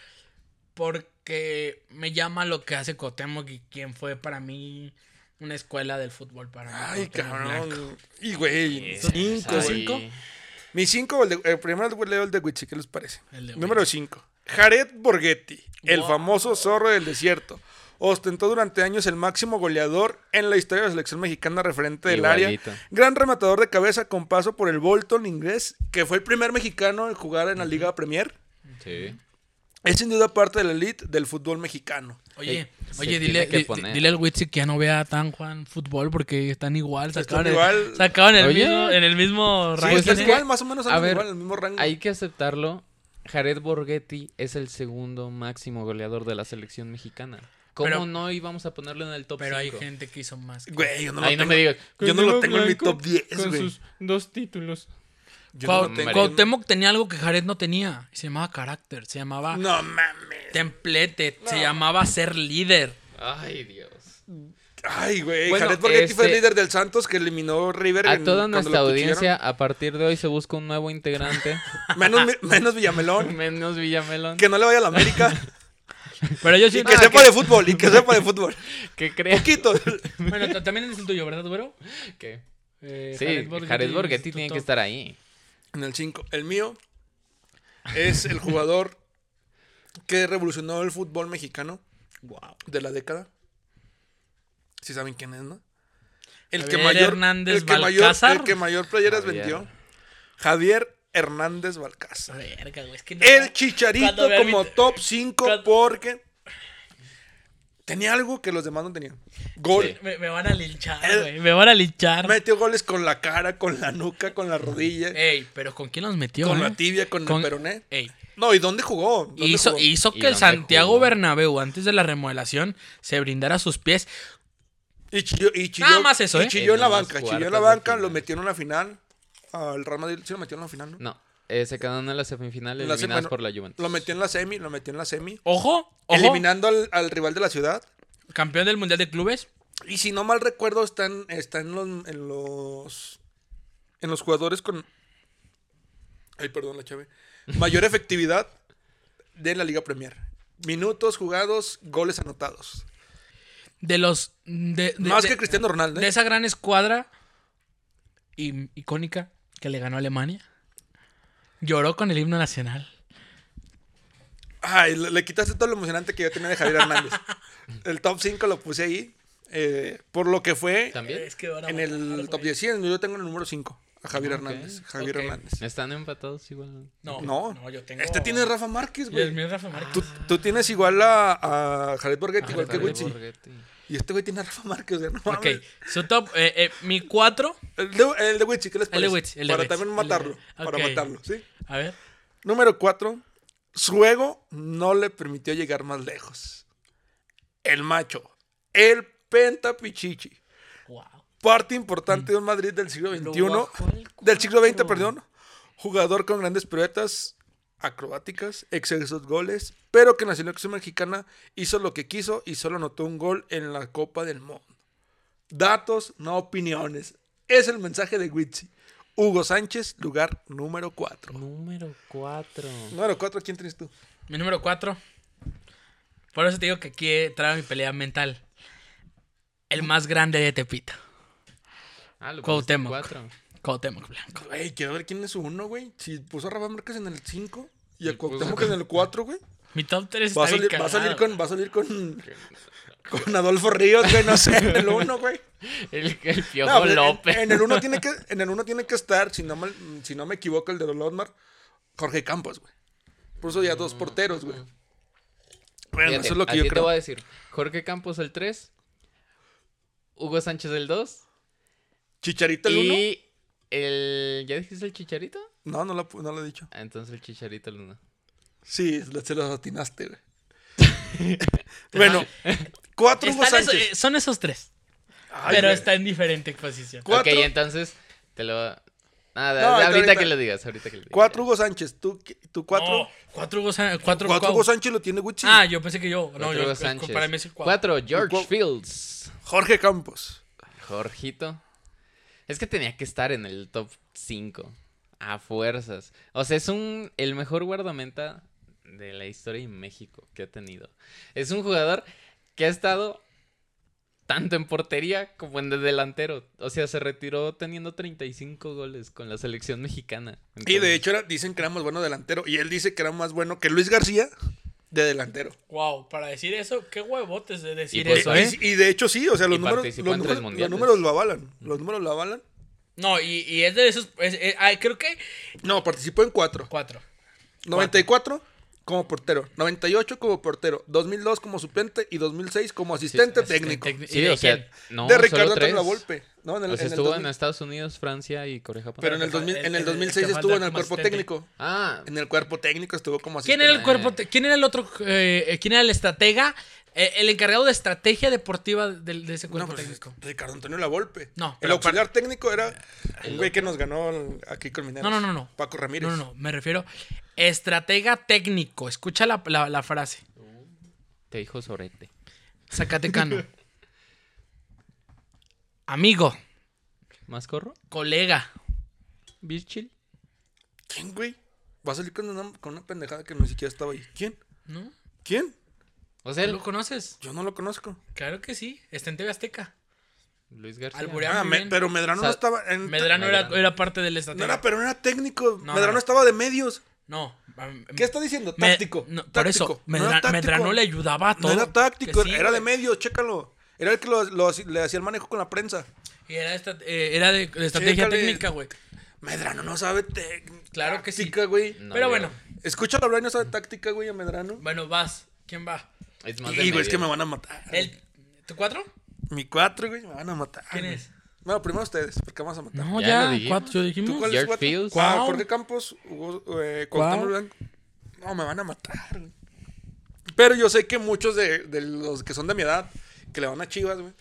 A: porque me llama lo que hace Cuauhtémoc y quien fue para mí una escuela del fútbol para mí.
B: Ay,
A: Cuauhtémoc Blanco.
B: cabrón. Y, güey.
C: Sí,
B: Cinco,
A: ¿Tu
C: ahí.
A: cinco?
B: güey. Mi 5, el, de- el primero leo el de Wichi, ¿qué les parece?
A: El de
B: Número
A: Huichi.
B: 5. Jared Borghetti, el
A: Wow.
B: famoso zorro del desierto. Ostentó durante años el máximo goleador en la historia de la selección mexicana referente del
C: Igualito.
B: área. Gran rematador de cabeza con paso por el Bolton inglés, que fue el primer mexicano en jugar en la Liga Premier.
C: Sí.
B: Es sin duda parte de la elite del fútbol mexicano.
A: Oye,
C: Se
A: oye,
C: tiene
A: dile,
C: que
A: di-
C: poner.
A: dile al Witsi que ya no vea tan Juan fútbol porque están igual,
B: Están
A: sacaron,
B: igual.
A: El, sacaron el
C: Oye.
A: mismo, en el mismo
B: Sí,
A: ranking,
C: pues
B: están
C: es
A: ¿eh?
C: que-
B: igual, más o menos
C: a
B: andan
C: ver,
B: igual, en el mismo rango.
C: Hay que aceptarlo. Jared Borghetti es el segundo máximo goleador de la selección mexicana. ¿Cómo
A: Pero-
C: no íbamos a ponerlo en el top 5?
A: Pero hay gente que hizo más. que-
B: Güey, yo no lo
C: Ahí no
B: tengo-
C: me digas.
B: Yo no lo tengo en mi top 10,
C: Con
B: güey.
C: sus dos títulos.
B: Yo no
A: Cuau-
B: lo tengo.
A: Cuauhtémoc tenía algo que Jared no tenía. Se llamaba carácter, se llamaba
B: No mames.
A: templete, se llamaba ser líder.
C: Ay, Dios.
B: Ay, güey.
C: Bueno,
B: Jared Borghetti fue el
C: este-
B: líder del Santos que eliminó River.
C: A
B: en-
C: toda
B: cuando
C: nuestra
B: lo
C: audiencia, a partir de hoy se busca un nuevo integrante.
B: pusieron. Menos, menos Villamelón.
C: menos Villamelón.
B: Que no le vaya a la América.
A: Pero yo
B: y
A: siento
B: que sepa de fútbol. Y que sepa de fútbol.
C: Que crea.
B: Poquito.
A: Bueno, t- también es el tuyo, ¿verdad, güero?
C: que-
A: Eh,
C: Sí, Jared Borghetti,
A: es tu
C: tiene
A: top.
C: que estar ahí.
B: En el 5. El mío es el jugador que revolucionó el fútbol mexicano de la década. Si saben quién es, ¿no? El que,
A: Javier
B: mayor,
A: Hernández
B: el, que mayor,
A: Balcázar.
B: el que mayor playeras
C: Javier.
B: vendió. Javier Hernández Balcázar.
A: Ah, Verga, güey, es que no.
B: El Chicharito
A: Cuando vea
B: como
A: mi-
B: top 5
A: Cuando-
B: porque tenía algo que los demás no tenían. Gol.
C: Sí.
A: Me, me van a linchar,
B: El-
A: güey. Me van a linchar.
B: Metió goles con la cara, con la nuca, con la rodilla,
A: Ey, pero ¿con quién los metió?
B: con
A: eh?
B: la tibia, con,
A: Con-
B: el peroné.
A: Ey,
B: No, ¿y dónde jugó? ¿Dónde
A: hizo,
B: jugó?
A: hizo
C: ¿Y
A: que el
C: dónde
A: Santiago
C: jugó?
A: Bernabéu, antes de la remodelación, se brindara a sus pies.
B: Y chilló, y chilló-
A: Nada más eso,
B: y
A: ¿eh?
B: chilló en la
C: En los
B: banca, chilló en la
C: cuartos de
B: banca, lo
C: final.
B: metió en una final. Al Real Madrid sí lo metió en la final, ¿no?
C: No, eh, se quedaron en la semifinal
B: En la
C: eliminadas
B: sem- bueno,
C: por la Juventus.
B: Lo metió en la semi, lo metió en la semi.
A: Ojo, ojo.
B: Eliminando al, al rival de la ciudad.
A: Campeón del Mundial de Clubes.
B: Y si no mal recuerdo, están, están los, en los. En los jugadores con. Ay, perdón, la chave. Mayor efectividad de la Liga Premier. Minutos jugados, goles anotados.
A: De los. De, de-
B: Más
A: de-
B: que Cristiano Ronaldo. ¿eh?
A: de esa gran escuadra im- icónica que le ganó a Alemania. Lloró con el himno nacional.
B: Ay, le, le quitaste todo lo emocionante que yo tenía de Javier Hernández. El top 5 lo puse ahí. eh, por lo que fue
C: ¿También?
A: Es que van a
B: en
A: matar,
B: el top
A: güey. Ah,
B: 10. Sí, yo tengo en el número 5 a Javier
C: Ok,
B: Hernández. Javier
A: ok.
B: Hernández.
C: Están empatados igual.
A: No,
B: No,
A: no, yo tengo.
B: Este tiene Rafa
A: Y
B: Márquez,
A: el
B: güey.
A: mío es Rafa Márquez.
B: Tú, tú tienes igual a, a Jared Borghetti, igual que
C: Jared
B: Witsi.
C: Borghetti.
B: Y este güey tiene a Rafa Márquez, güey, no
A: Ok,
B: mames.
A: su top. eh, eh, mi 4.
B: El de, el de Witsi, ¿qué les
A: El
B: parece?
A: de Witsi, el de
B: para
A: Witsi,
B: también
A: el de-
B: matarlo. Para
A: Ok.
B: matarlo, ¿sí?
A: A ver.
B: Número 4. Su ego no le permitió llegar más lejos. El macho. El pentapichichi.
A: Wow.
B: Parte importante de un Madrid del siglo XXI. Del siglo XX, perdón. Jugador con grandes piruetas acrobáticas, excesos goles, pero que en la selección mexicana hizo lo que quiso y solo anotó un gol en la Copa del Mundo. Datos, no opiniones. Es el mensaje de Witsi. Hugo Sánchez, lugar número 4.
C: Número 4.
B: Número 4, ¿quién tienes tú?
A: Mi número 4. Por eso te digo que aquí trae mi pelea mental. El más grande de Tepito.
C: Ah, lo pusiste en
A: Cuauhtémoc.
C: cuatro.
A: Cuauhtémoc Blanco.
B: Güey, quiero ver quién es su uno, güey. Si puso a Rafa Márquez en el 5 y a
C: Y puso-
B: Cuauhtémoc en el 4, güey.
A: Mi top 3 está
B: Va a,
A: bien
B: salir, va a salir
A: cagado.
B: con, va a salir con, con Adolfo Ríos, güey, no sé, en el 1, güey.
C: El, el
B: No,
C: Piojo
B: pues, en-
C: López.
B: En, el 1 tiene que, en el uno tiene que estar, si no, mal- si no me equivoco, el de Lodmar, Jorge Campos, güey. Por eso ya
A: Mm.
B: dos porteros, güey. Bueno,
C: Fíjate,
B: eso es lo que
C: así
B: yo
C: te
B: creo.
C: voy a decir. Jorge Campos el 3. Hugo Sánchez el 2.
B: ¿Chicharito el 1?
C: Y el... ¿Ya dijiste el Chicharito?
B: No, no lo, pu- no lo he dicho.
C: Ah, entonces el Chicharito el 1.
B: Sí, se lo- se lo atinaste, güey. bueno, cuatro Hugo
A: Están esos-
B: Sánchez.
A: eh, son esos tres.
B: Ay,
A: pero
B: güey.
A: está en diferente posición.
B: Cuatro.
C: Ok, entonces te lo... Nada,
B: No,
C: ahorita,
B: ahorita-
C: que lo digas, ahorita que lo digas.
B: Cuatro Hugo Sánchez. ¿Tú, qué- tú cuatro?
A: No, cuatro Hugo Sánchez. Cuatro,
B: cuatro
A: Cuau.
B: Hugo Sánchez lo tiene Gucci.
A: Ah, yo pensé que yo.
C: Cuatro
A: No, yo.
C: Hugo
A: es-
C: Sánchez.
A: Para mí es el cuatro.
C: Cuatro, George
B: Cuau-
C: Fields.
B: Jorge Campos.
C: Jorgito. Es que tenía que estar en el top 5. A fuerzas. O sea, es un el mejor guardameta de la historia en México que ha tenido. Es un jugador que ha estado tanto en portería como en de delantero. O sea, se retiró teniendo 35 goles con la selección mexicana.
B: Y de
C: Entonces,
B: hecho era- dicen que era más bueno delantero. Y él dice que era más bueno que Luis García de delantero.
A: Wow, para decir eso, qué huevotes de decir
C: por
A: eso,
B: y,
A: ¿eh?
B: y de hecho sí, o sea, los
C: Y
B: números, los,
C: participó en tres
B: números, los
C: mundiales.
B: números lo avalan. Los números lo avalan.
A: No, y, y es de esos. es- es- ah, creo que
B: No, participó en cuatro.
A: cuatro.
B: 94 como portero, 98 como portero, 2002 como suplente y 2006 como asistente Este técnico.
A: Técnico. Este, ¿Y
C: sí,
A: de
C: o sea,
A: quién?
C: no,
B: de
C: solo
B: Ricardo
C: tres.
B: Antonio La Volpe, ¿no? En el,
C: O
B: en
C: sea,
B: el
C: estuvo
B: 2000.
C: en Estados Unidos, Francia y Corea Japón.
B: pero en el, 2000 en el 2006
A: El que
B: estuvo en
A: falta
B: el
A: como
B: cuerpo
A: asistente.
B: técnico.
C: Ah,
B: En el cuerpo técnico estuvo como
A: ¿Quién
B: asistente.
A: era el cuerpo? te- ¿Quién era el otro? eh, eh, ¿Quién era el estratega? Eh, el encargado de estrategia deportiva del- de, ese
B: No,
A: cuerpo
B: pues,
A: técnico.
B: Ricardo Antonio La Volpe.
A: No,
B: el
A: pero Ah,
B: auxiliar técnico era un güey que nos ganó el- aquí con Mineros.
A: No, no, no, no.
B: Paco Ramírez.
A: No, no, no. Me refiero. Estratega técnico. Escucha la, la- la frase.
C: te dijo Sorete.
A: Zacatecano. Amigo.
C: ¿Más corro?
A: Colega.
C: ¿Birchil?
B: ¿Quién, güey? Va a salir con una, con una pendejada que ni siquiera estaba ahí. ¿Quién?
A: ¿No?
B: ¿Quién?
C: O sea,
A: ¿Tú lo conoces?
B: Yo no lo conozco.
A: Claro que sí. Está en TV Azteca.
C: Luis García.
A: Alburea-
B: Ah,
A: muy
B: me-
A: bien.
B: pero Medrano
C: O sea,
B: no estaba en
A: Mm, Medrano era,
C: Medrano.
A: era parte del
B: No
A: estratega.
B: era, pero era técnico.
A: No,
B: Medrano
A: no.
B: estaba de medios.
A: No. am-
B: ¿Qué está diciendo?
A: Me-
B: Táctico.
A: no, por eso,
B: Táctico. No era
A: Medra-
B: táctico.
A: Medrano le ayudaba a
B: No
A: todo.
B: era táctico,
A: Que sí,
B: era de
A: güey.
B: medios, chécalo. Era el que lo- lo hacía- le hacía el manejo con la prensa.
A: Y Era, esta- eh, era de, de estrategia
B: Chécale.
A: técnica, güey.
B: Medrano no sabe técnica.
A: Claro que sí.
B: güey.
C: No,
A: Pero
C: yo-
A: bueno,
B: Escúchalo hablar y no sabe táctica, güey, a Medrano.
A: bueno, vas. ¿Quién va?
C: Es más de
B: Y, güey, es que me
C: medio.
B: van a matar.
A: ¿El, ¿Tu cuatro?
B: Mi cuatro, güey, me van a matar.
A: ¿Quién
B: güey.
A: es?
B: Bueno, primero ustedes, porque vamos a matar.
A: No,
C: Ya
A: ya,
C: lo dijimos.
A: cuatro, yo dijimos.
B: ¿Tú cuál
C: Jared
B: es cuatro?
C: Fields.
B: Cuau,
A: Cuau.
B: Jorge Campos, Hugo, eh,
A: Cuau.
B: Cuauhtémoc Blanco. No, me van a matar, güey. Pero yo sé que muchos de, de los que son de mi edad, que le van a Chivas, güey,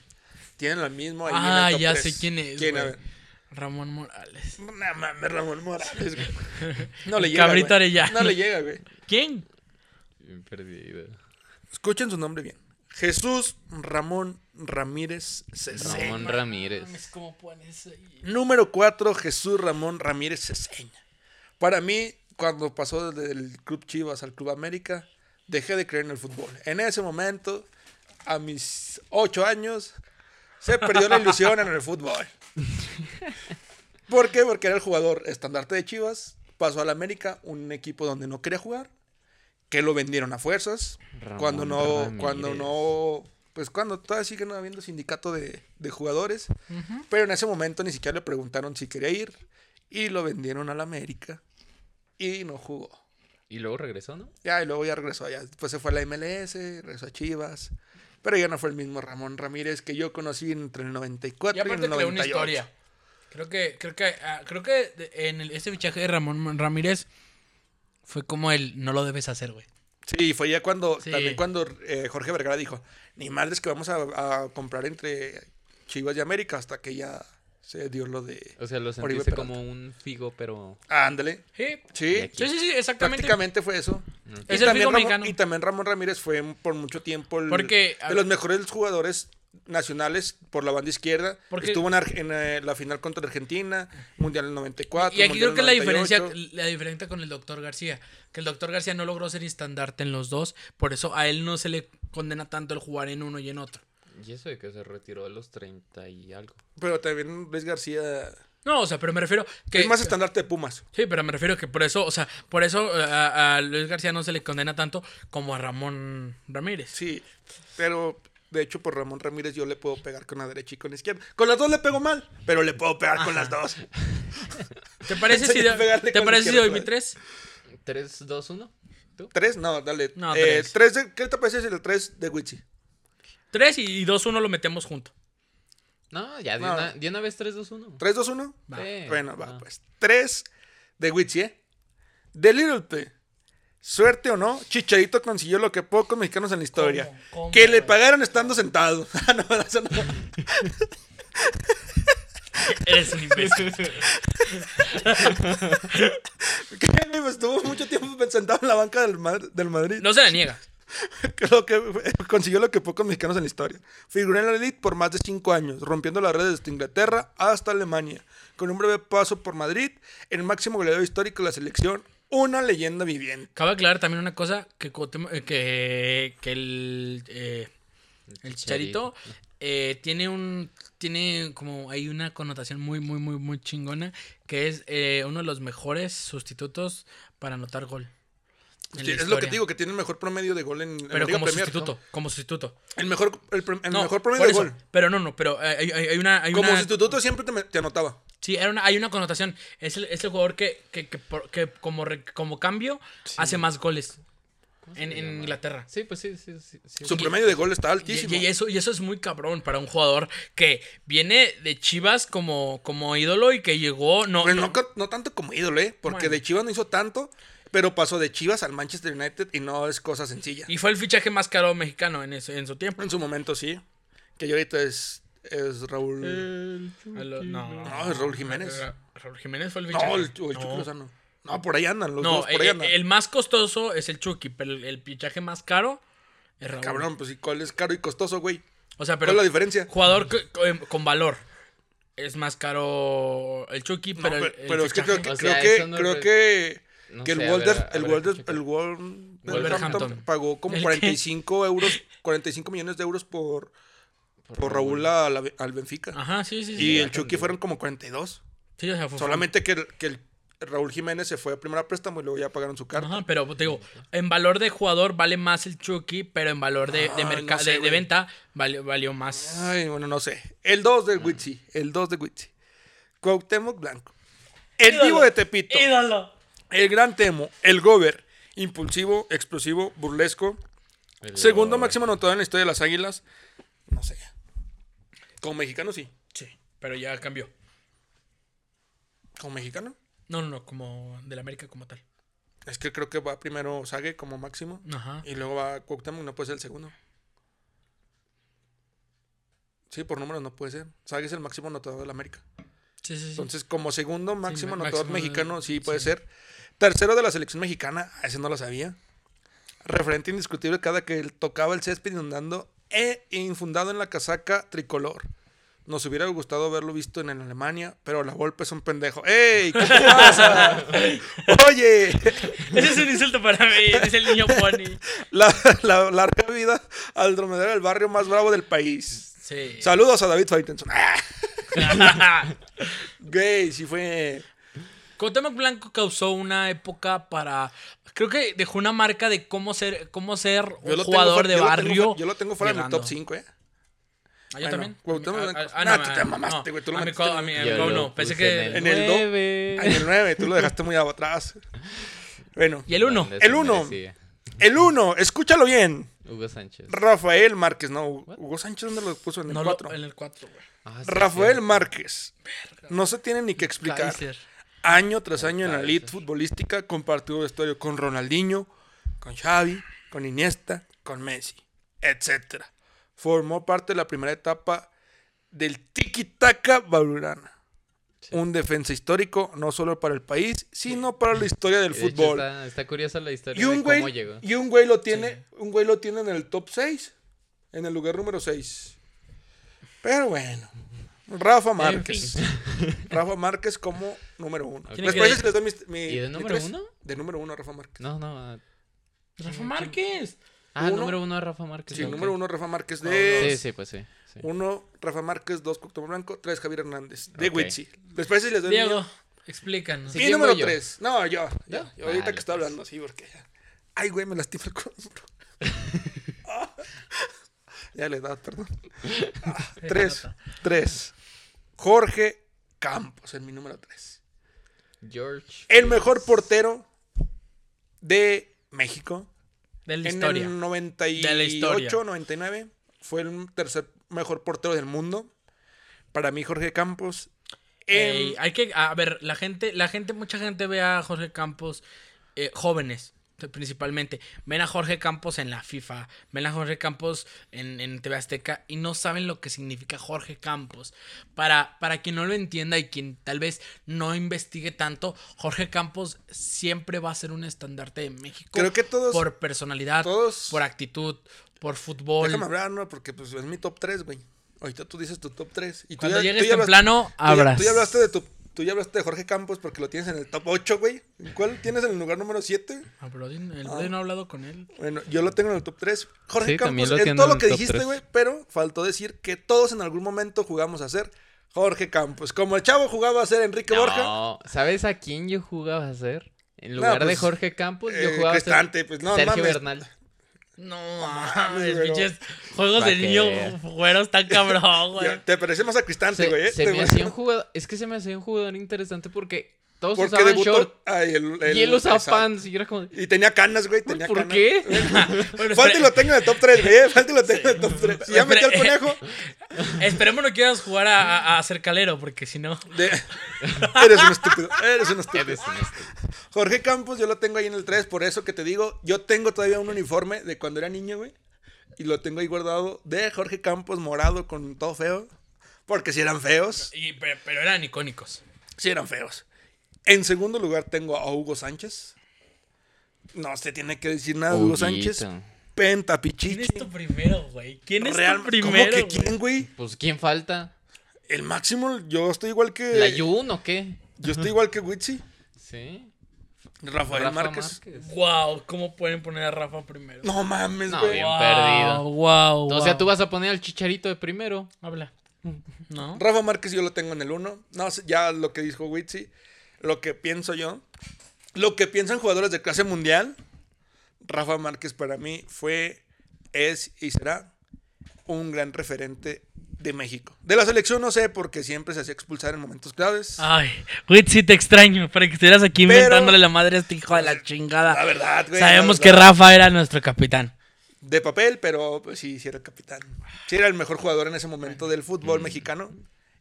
B: tienen la misma. ahí en el
A: Ah,
B: top
A: ya
B: tres.
A: sé quién es,
B: ¿Quién? A
A: güey.
B: ver.
A: Ramón Morales.
B: No mames, Ramón Morales, güey. No le
A: El
B: llega.
A: cabrito
B: güey.
A: Arellano.
B: No le llega, güey.
A: ¿Quién?
C: Perdido.
B: Escuchen su nombre bien. Jesús Ramón Ramírez Ceseña.
C: Ramón Ramírez.
A: ¿Cómo pones ahí?
B: Número 4, Jesús Ramón Ramírez Ceseña. Para mí, cuando pasó del Club Chivas al Club América, dejé de creer en el fútbol. En ese momento, a mis 8 años, se perdió la ilusión en el fútbol. ¿Por qué? Porque era el jugador estandarte de Chivas, pasó al América, un equipo donde no quería jugar, que lo vendieron a fuerzas,
C: Ramón
B: cuando no, cuando
C: Ramírez.
B: no, pues cuando todavía siguen habiendo sindicato de, de jugadores, pero en ese momento ni siquiera le preguntaron si quería ir y lo vendieron al América y no jugó.
C: Y luego regresó, ¿no?
B: Ya, y luego ya regresó, ya después se fue a la MLS, regresó a Chivas, pero ya no fue el mismo Ramón Ramírez que yo conocí entre el 94
A: Y
B: y,
A: aparte
B: el
A: creó una
B: 98.
A: historia. Creo que, creo que, ah, creo que de- en el- este fichaje de Ramón Ramírez fue como el no lo debes hacer, güey.
B: Sí, fue ya cuando,
A: Sí.
B: también cuando eh, Jorge Vergara dijo, ni madres que vamos a, a comprar entre Chivas y América hasta que ya se dio lo de...
C: O sea, lo
B: Oribe
C: sentiste
B: Peralta.
C: como un figo, pero.
B: Ándale.
A: Sí,
C: Y
B: Sí,
C: aquí.
A: sí, sí, sí, exactamente.
B: prácticamente fue eso. Y
A: Es el
B: también
A: fútbol
B: Ramón-
A: mexicano.
B: Y también Ramón Ramírez fue por mucho tiempo el,
A: Porque, a ver-
B: de los mejores jugadores nacionales por la banda izquierda.
A: Porque-
B: Estuvo en, Ar- en, eh, la final contra Argentina, Mundial del 94.
A: Y aquí creo
B: Mundial
A: que la
B: del
A: diferencia,
B: 98.
A: la diferencia con el doctor García, que el doctor García no logró ser estandarte en los dos, por eso a él no se le condena tanto el jugar en uno y en otro.
C: Y eso de que se retiró a los 30 y algo.
B: Pero también Luis García
A: No, o sea, pero me refiero que...
B: es más estandarte de Pumas.
A: Sí, pero me refiero que por eso, o sea, por eso eh, a, a Luis García no se le condena tanto como a Ramón Ramírez.
B: Sí, pero de hecho por Ramón Ramírez yo le puedo pegar con la derecha y con la izquierda. Con las dos le pego mal, pero le puedo pegar con las dos.
A: ¿Te parece si,
B: Pensé
A: de-
B: en pegarle
A: ¿te
B: con
A: parece si
B: izquierda.
A: doy mi tres?
C: 3, 2, 1. ¿Tú?
B: ¿Tres? No, dale.
A: No,
B: Eh,
A: tres.
B: tres de- ¿Qué te parece si el tres de Witsi?
A: Tres y, y dos, uno lo metemos junto.
C: No, ya de,
B: No.
C: Una, de una vez 3, 2, 1.
B: ¿Tres, dos, uno?
A: Va.
B: Bueno, va,
C: Ah.
B: pues. Tres de Witsi, ¿eh? De Little P. Suerte o no, Chicharito consiguió lo que pocos mexicanos en la historia.
A: ¿Cómo? ¿Cómo,
B: que le
A: güey?
B: pagaron estando sentado. Ah, no, eso no.
A: Eres un imbécil.
B: Que, güey, pues, estuvo mucho tiempo sentado en la banca del, Mad- del Madrid.
A: No se la niega.
B: que lo que eh, consiguió lo que pocos mexicanos en la historia. Figuró en la elite por más de cinco años, rompiendo las redes desde Inglaterra hasta Alemania, con un breve paso por Madrid, el máximo goleador histórico de la selección, una leyenda viviente.
A: Cabe aclarar también una cosa que, Cuauhtémoc- eh, que, que el, eh, el Chicharito eh, tiene un tiene como hay una connotación muy muy muy muy chingona que es eh, uno de los mejores sustitutos para anotar gol. en la
B: es lo que
A: historia.
B: te digo, que tiene el mejor promedio de gol en, en la
A: Pero
B: Liga
A: como
B: Premier.
A: sustituto, como sustituto.
B: El mejor, el, prom- el
A: No,
B: mejor
A: por
B: promedio de
A: eso,
B: gol.
A: Pero no, no, pero eh, hay, hay- hay una hay
B: Como
A: una-
B: sustituto siempre te, me- te anotaba.
A: Sí, era una- hay una connotación. Es el, es el jugador que, que, que por- que como, re- como cambio hace más goles en, en Inglaterra.
C: Sí, pues sí, sí, sí. sí.
B: Su promedio de gol está altísimo.
A: Y, y eso, y eso es muy cabrón para un jugador que viene de Chivas como, como ídolo y que llegó. No,
B: Pues
A: no-
B: no, ca- no tanto como ídolo, ¿eh? Porque
A: Bueno.
B: de Chivas no hizo tanto, pero pasó de Chivas al Manchester United y no es cosa sencilla.
A: y fue el fichaje más caro mexicano en, ese- en su tiempo.
B: En su momento sí, que yo ahorita es, es Raúl...
A: Eh, A lo- no,
B: No, es Raúl Jiménez.
A: Ra- Raúl Jiménez fue el fichaje.
B: no, el, o el Chucky
A: No.
B: Lozano. No, por ahí andan, los
A: No,
B: dos por
A: el,
B: ahí andan.
A: el- el más costoso es el Chucky, pero el, el fichaje más caro es Raúl.
B: Cabrón, pues ¿y cuál es caro y costoso, güey?
A: O sea,
B: ¿Cuál
A: pero
B: es la diferencia?
A: jugador co- co- em, con valor. Es más caro el Chucky,
B: No,
A: pero, el-
B: pero
A: el
B: pero es que creo
A: fichaje-
B: que
C: O
B: creo
C: sea,
B: que
C: eso no
B: creo
C: re-
B: que
C: no
B: que el
C: sé, a
B: Walder
C: ver, a-
B: el
C: habrá que
B: Walder
C: checar.
B: el Wolverhampton
A: Wolverhampton.
B: pagó como
A: ¿El qué?
B: 45 euros 45 millones de euros por por Raúl a la- al Benfica.
A: Ajá, Ah, sí, sí, sí.
B: Y el Chucky fueron como 42.
A: Sí, o sea, fue- fue-
B: Solamente que, el- que el Raúl Jiménez se fue a primera préstamo y luego ya pagaron su carta.
A: Ajá, pero te digo, en valor de jugador vale más el Chucky, pero en valor de, de,
B: Ah,
A: merca-
B: no sé,
A: de- de
B: güey.
A: venta valió, valió más.
B: Ay, bueno, no sé. El 2 de Witsi. El 2 de Witsi. Cuauhtémoc Blanco. El
A: Ídolo.
B: vivo de Tepito.
A: ¡Ídolo!
B: El gran Temo. El Gober. Impulsivo, explosivo, burlesco.
C: El-
B: Segundo máximo anotador en la historia de las Águilas. No sé. Como mexicano, sí.
A: Sí, pero ya cambió.
B: Como mexicano.
A: No, no, no, como del América como tal.
B: Es que creo que va primero Sague como máximo.
A: Ajá.
B: Y luego va Cuauhtémoc, no puede ser el segundo. Sí, por números no puede ser. Sague es el máximo anotador de la América.
A: Sí, sí, sí.
B: Entonces, como segundo máximo
A: ma-
B: anotador
A: máximo de-
B: mexicano, sí puede
A: sí.
B: ser. Tercero de la selección mexicana, a ese no lo sabía. Referente indiscutible cada que él tocaba el césped inundando e infundado en la casaca tricolor. Nos hubiera gustado haberlo visto en Alemania, pero la golpe es un pendejo. ¡Ey! ¿Qué te pasa? Oye,
A: Ese es un insulto para mí, dice el niño Pony.
B: la, la larga vida al dromedero del barrio más bravo del país.
A: Sí.
B: Saludos a David Faitenson. ¡Ah! Güey, sí fue.
A: Cuauhtémoc Blanco causó una época para. Creo que dejó una marca de cómo ser, cómo ser
B: Yo
A: un
B: lo tengo
A: jugador
B: fuera-
A: de
B: yo lo tengo
A: barrio.
B: fuera- yo lo tengo fuera de mi
A: llegando.
B: top 5, ¿eh?
A: Ah, yo
B: Bueno,
A: también.
B: Cuauhtémoc
A: A-
B: Blanco.
A: a- ah,
B: Nah,
A: no,
B: tú
A: a-
B: te mamaste, güey, tú lo
A: a mi
B: metiste
A: Cuau-
B: en-
A: A mi
C: Yo
A: Cuau
C: lo
A: no. Pensé
C: puse
A: que.
B: en el do-
C: nueve.
B: Ay, el 9, tú lo dejaste muy atrás. Bueno,
A: Y el uno.
C: Valdés
B: El uno.
C: merecía.
B: el 1, escúchalo bien.
C: Hugo Sánchez.
B: Rafael Márquez, no, Hugo Sánchez, ¿dónde lo puso? En el
A: No, lo-
B: 4.
A: en el 4, güey.
C: Ah, sí,
B: Rafael
C: sí.
B: Márquez. No se tiene ni que explicar.
A: Kaiser.
B: Año tras año en la
C: Kaiser.
B: elite futbolística compartido de historia con Ronaldinho, con Xavi, con Iniesta, con Messi, etc. Formó parte de la primera etapa del tiki-taka baulurana. Un defensa histórico no solo para el país, sino para la historia del
C: Y de hecho
B: fútbol.
C: Está, está curiosa la historia
B: Y un
C: de
B: güey,
C: cómo llegó.
B: y un güey lo tiene, un güey lo tiene en el top 6, en el lugar número 6. Pero bueno, Rafa Márquez. Rafa Márquez como número 1.
A: ¿Quién
B: ¿Les
A: que-
B: parece si les doy mis- mi,
C: ¿Y de
B: mi
C: número
B: tres?
C: uno?
B: De número 1 Rafa Márquez.
C: No, no. ah,
B: Mm,
A: Rafa Márquez.
C: Ah,
B: Uno.
C: número uno de Rafa Márquez.
B: Sí,
C: pues ok.
B: número 1 Rafa Márquez
C: Sí,
B: de
C: sí, pues sí. sí.
B: 1 Rafa Márquez, 2 Cuauhtémoc Blanco, 3 Javier Hernández de
C: Ok.
B: Huitzi. ¿Les parece si les doy el mío?
A: Diego, explícanos.
C: Sí.
B: Mi
C: ¿quién
B: número
C: voy yo?
B: 3. No, yo. yo.
C: ¿Yo?
B: yo ahorita
C: Vale,
B: que estoy
C: pues.
B: hablando así, porque. Ay, güey, me lastima el hombro. ya la edad, perdón. Ah, tres. Tres. Jorge Campos, en mi número 3.
C: George.
B: El mejor portero de México.
A: De la
B: en
A: historia.
B: el
A: De la historia.
B: 98, 99. Fue el tercer mejor portero del mundo. Para mí, Jorge Campos. en-
A: Ey, hay que. A ver, la gente, la gente, mucha gente ve a Jorge Campos eh, jóvenes. principalmente. Ven a Jorge Campos en la FIFA, ven a Jorge Campos en, en TV Azteca y no saben lo que significa Jorge Campos. Para, para quien no lo entienda y quien tal vez no investigue tanto, Jorge Campos siempre va a ser un estandarte de México.
B: Creo que todos-
A: Por personalidad,
B: todos-
A: por actitud, por fútbol.
B: Déjame hablar, no, porque pues es mi top 3, güey. Ahorita tú dices tu top 3. Y tú
A: Cuando llegues
B: tú
A: temprano,
B: tú ya-
A: abras.
B: Tú ya hablaste de tu. Tú ya hablaste de Jorge Campos porque lo tienes en el top 8, güey. ¿Cuál tienes en el lugar número 7?
A: Ah, Brody, el Brody no ha hablado con él.
B: Bueno, yo lo tengo en el top 3. Jorge
C: Sí,
B: Campos,
C: también lo
B: en
C: tiene
B: todo
C: en
B: lo
C: el
B: que
C: top
B: dijiste,
C: tres.
B: güey, pero faltó decir que todos en algún momento jugamos a ser Jorge Campos. Como el chavo jugaba a ser Enrique Borja.
C: No, ¿sabes a quién yo jugaba a ser? En
B: No,
C: lugar de
B: pues,
C: Jorge Campos, yo
B: eh,
C: jugaba a
B: Cristante,
C: ser
B: pues, no
C: Sergio
B: mames.
C: Bernal.
A: No
B: mames,
A: mames,
B: güey, no.
A: pinches juegos
C: Pa'
A: de
C: que
A: niño
C: veas.
A: güeros tan cabrón, güey.
B: Ya, Te parecemos más a Cristante,
C: Se,
B: güey. eh,
C: se
B: te-
C: me hacía un jugador, es que se me hacía un jugador interesante porque todos
B: Porque
C: usaban
B: debutó.
C: short
B: ay, el,
C: y él usaba
B: exacto.
C: pants y yo era como,
B: Y tenía canas, güey. Tenía
C: ¿por
B: canas.
C: qué?
A: Bueno,
B: Falta y
A: espere-
B: lo tengo en el top 3, güey. eh, Falta y lo tengo en el top 3. Si ya metió al
A: Espera, eh.
B: conejo,
A: esperemos no quieras jugar a, a, a ser calero, porque si no.
B: de- eres un estúpido. Eres un estúpido.
C: Eres un estúpido.
B: Jorge Campos, yo lo tengo ahí en el 3, por eso que te digo, yo tengo todavía un uniforme de cuando era niño, güey. Y lo tengo ahí guardado de Jorge Campos morado con todo feo. Porque si eran feos,
A: y- pero, pero eran icónicos.
B: si eran feos. En segundo lugar tengo a Hugo Sánchez. No se tiene que decir nada de Hugo
C: Huguito.
B: Sánchez. Penta,
A: ¿Quién
B: Pichichi.
A: es tu primero, güey? ¿Quién es
B: Real-
A: tu primero?
B: ¿Cómo que
A: güey?
B: quién, güey?
C: Pues ¿quién falta?
B: El máximo, yo estoy igual que...
C: ¿La Yun o qué?
B: Yo estoy igual que Witsi.
C: Sí.
B: Rafael
C: Rafa
B: Márquez.
A: Wow, ¿cómo pueden poner a Rafa primero?
B: No mames,
C: No,
B: güey.
C: bien perdido.
A: Wow,
C: O sea, tú vas a poner al chicharito de primero.
A: Habla. ¿No?
B: Rafa Márquez yo lo tengo en el 1. No, sé, ya lo que dijo Witsi, lo que pienso yo, lo que piensan jugadores de clase mundial, Rafa Márquez para mí fue, es y será un gran referente de México. De la selección no sé, porque siempre se hacía expulsar en momentos claves.
C: Ah.
A: Ay, güey, sí te extraño. Para que estuvieras aquí
B: Pero-
A: inventándole la madre a este hijo de la chingada.
B: La verdad, güey.
A: Sabemos
B: la
A: que
B: verdad.
A: Rafa era nuestro capitán.
B: De papel, pero pues, sí, sí era el capitán. Sí era el mejor jugador en ese momento del fútbol mexicano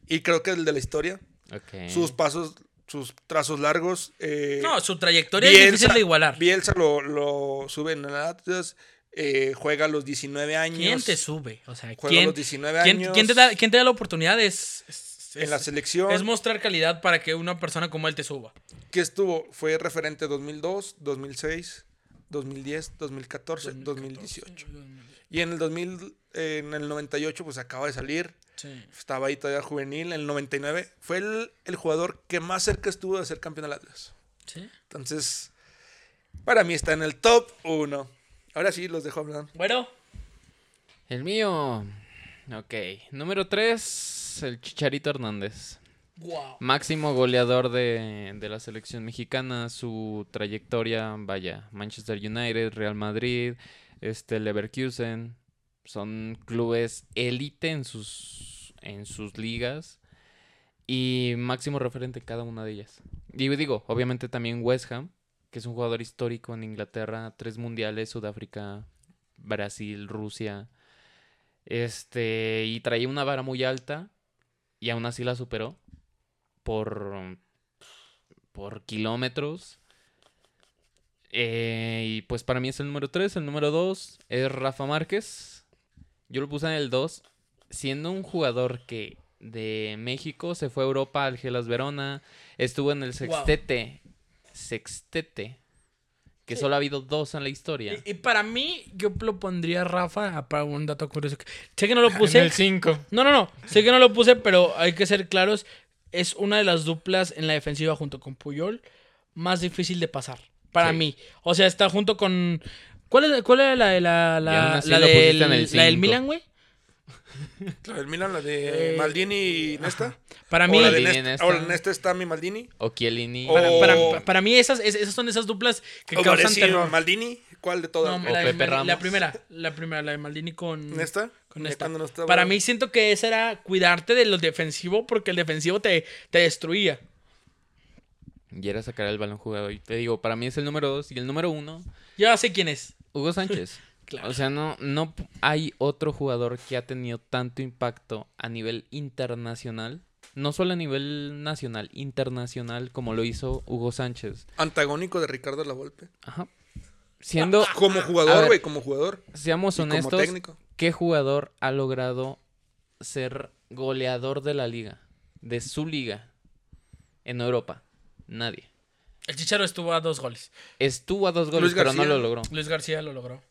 B: y creo que el de la historia.
C: Ok.
B: Sus pasos, sus trazos largos. eh,
A: No, su trayectoria es
B: Bielsa-
A: difícil de igualar.
B: Bielsa lo, lo sube en el Atlas, eh, juega a los 19 años.
A: ¿Quién te sube? O sea,
B: Juega
A: ¿quién,
B: a los 19
A: quién-
B: años.
A: quién te da, quién te da la oportunidad? Es, es-
B: En
A: es-
B: la selección.
A: es mostrar calidad para que una persona como él te suba.
B: que estuvo? Fue referente 2002, 2006, 2010, 2014, 2018. Y en el 2000, eh, en el 98, pues acaba de salir.
A: Sí.
B: Estaba ahí todavía juvenil. En el 99 fue el, el jugador que más cerca estuvo de ser campeón del Atlas.
A: Sí.
B: Entonces, para mí está en el top 1. Ahora sí, los dejo hablar.
A: Bueno,
C: El mío. Ok. Número 3, el Chicharito Hernández.
A: wow.
C: Máximo goleador de, de la selección mexicana. Su trayectoria, vaya, Manchester United, Real Madrid, este Leverkusen. Son clubes élite en sus, en sus ligas. Y máximo referente en cada una de ellas. Y digo, obviamente también West Ham, que es un jugador histórico en Inglaterra, tres mundiales, Sudáfrica, Brasil, Rusia. Este, y traía una vara muy alta y aún así la superó por, por kilómetros. Eh, y pues para mí es el número 3. El número 2 es Rafa Márquez. Yo lo puse en el 2. Siendo un jugador que de México se fue a Europa al Gelas Verona. Estuvo en el sextete. Sextete. Que solo ha habido dos en la historia.
A: Y, y para mí, yo lo pondría a Rafa, ah, para un dato curioso. que- Sé que no lo puse.
C: 5.
A: No, no, no. Sé que no lo puse, pero hay que ser claros. Es una de las duplas en la defensiva junto con Puyol más difícil de pasar. Para
C: Sí.
A: mí. O sea, está junto con. ¿Cuál, es, cuál era la, de la,
C: Y aún
A: la,
C: así
A: la
C: lo pusiste
A: del,
C: en el
A: la del
C: cinco.
A: Milan, güey?
B: La del Milan, la de
A: Eh,
B: Maldini y Nesta.
A: Para mí.
B: O la de
C: Maldini,
B: Nesta.
C: Nesta.
B: Ahora en Nesta está mi Maldini.
C: O Chiellini.
B: Para-
A: Para,
B: o-
A: para mí, esas, es- esas son esas duplas que
B: O
A: causan
B: Varese,
A: terror.
B: Maldini, ¿cuál de todas?
A: No,
B: güey?
A: la, de-
C: Pepe
A: la
C: Ramos.
A: primera, la primera, la de Maldini con.
B: ¿Nesta?
A: Con
B: Ya
A: esta.
B: cuando no estaba-
A: Para mí siento que esa era cuidarte de los defensivos porque el defensivo te, te destruía.
C: Y era sacar el balón jugado. Y te digo, para mí es el número 2. Y el número 1
A: Ya sé quién es.
C: Hugo Sánchez.
A: Claro.
C: O sea, no, no p- hay otro jugador que ha tenido tanto impacto a nivel internacional. No solo a nivel nacional, internacional, como lo hizo Hugo Sánchez.
B: Antagónico de Ricardo Lavolpe.
C: Ajá. siendo,
B: Como
C: Ah, A
B: jugador,
C: ver.
B: güey, como jugador.
C: seamos
B: Ah, Y como
C: honestos,
B: técnico.
C: ¿qué jugador ha logrado ser goleador de la liga? De su liga. En Europa. Nadie.
A: El Chicharo estuvo a dos goles.
C: Estuvo a dos goles,
B: Luis
C: pero no
B: García.
C: lo logró.
A: Luis García lo logró.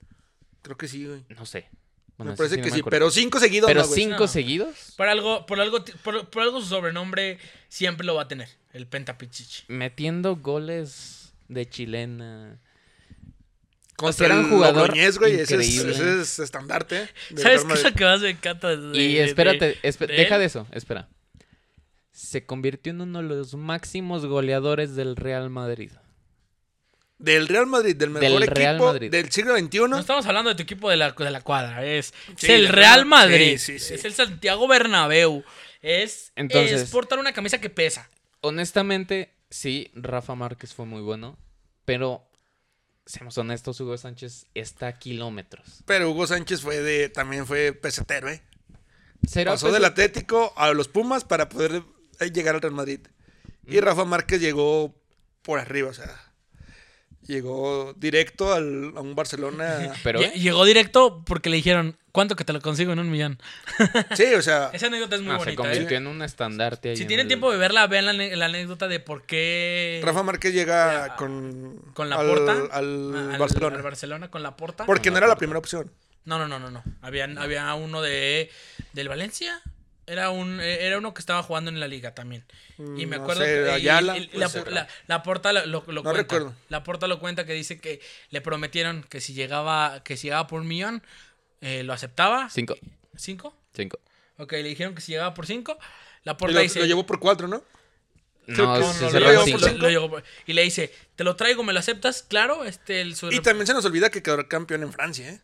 B: Creo que sí, güey.
C: No sé.
B: me
C: Bueno, eso
B: parece
C: no
B: que
C: me
B: sí,
C: acuerdo.
B: pero cinco seguidos,
C: Pero
B: no, güey.
C: cinco
A: No.
C: seguidos.
A: Por algo, por algo, ti- por, por algo su sobrenombre siempre lo va a tener. El Pentapichichi.
C: Metiendo goles de chilena.
B: Contra
C: era un
B: el
C: jugador
B: Logroñés, güey, ese es,
C: increíble.
B: ese es estandarte. ¿eh? del
A: ¿Sabes
B: Real
A: qué es
B: Madrid.
A: lo que más me encanta? de-
C: y
A: de-
C: espérate, espe-
A: de
C: deja
A: él?
C: de eso, espera. Se convirtió en uno de los máximos goleadores del Real Madrid.
B: Del Real Madrid, del
C: Del
B: mejor
C: Real
B: equipo
C: Madrid.
B: del siglo XXI.
A: No estamos hablando de tu equipo de la, de la cuadra, es, es
B: Sí,
A: el
B: del
A: Real
B: Real-
A: Madrid,
B: sí, sí, sí.
A: es el Santiago Bernabéu, es,
C: Entonces-
A: es portar una camisa que pesa.
C: Honestamente, sí, Rafa Márquez fue muy bueno. Pero, seamos honestos, Hugo Sánchez está a kilómetros.
B: Pero Hugo Sánchez fue de, también fue pesetero, ¿eh?
C: Será
B: Pasó
C: pes-
B: del Atlético a los Pumas para poder eh, llegar al Real Madrid. Y Rafa Márquez llegó por arriba, o sea. Llegó directo al- a un Barcelona.
C: Pero,
A: Lle-
C: eh,
A: Llegó directo porque le dijeron, ¿cuánto que te lo consigo en un millón?
B: sí, o sea.
A: Esa anécdota es muy
C: no, Ah, se
A: bonita. ¿eh?
C: convirtió en un estandarte. ahí
A: Si
C: en
A: tienen
C: el-
A: tiempo de verla, vean la, ane- la anécdota de por qué...
B: Rafa Márquez llega
A: Ya,
B: con.
A: con la
B: al-
A: Porta. Ah,
B: Al,
A: al-
B: Barcelona.
A: al Barcelona con la Porta.
B: Porque no
C: Con la
B: era la
C: Porta.
B: primera opción.
A: No, no, no, no, no. Había, había uno de del Valencia. Era un eh, era uno que estaba jugando en la liga también. Y me
B: Mm, No
A: acuerdo
B: sé,
A: que y-
B: Ayala,
A: y- y
B: puede
A: la,
B: ser.
A: la- la porta lo, lo- lo cuenta.
B: recuerdo.
A: La porta lo cuenta que dice que le prometieron que si llegaba que si llegaba por un millón eh, lo aceptaba.
C: Cinco,
A: ¿Cinco?
C: cinco.
A: Ok, le dijeron que si llegaba por cinco. La
B: Y
A: porta
B: lo,
A: dice
B: lo llevó por cuatro, ¿no?
C: No,
B: que-
A: no,
C: sí
A: no,
C: cerró
A: lo llevó
C: en
A: por-
C: cinco.
A: lo llevó por- y le dice, te lo traigo, ¿me lo aceptas? Claro, este el su-
B: Y también se nos olvida que quedó campeón en Francia, ¿eh?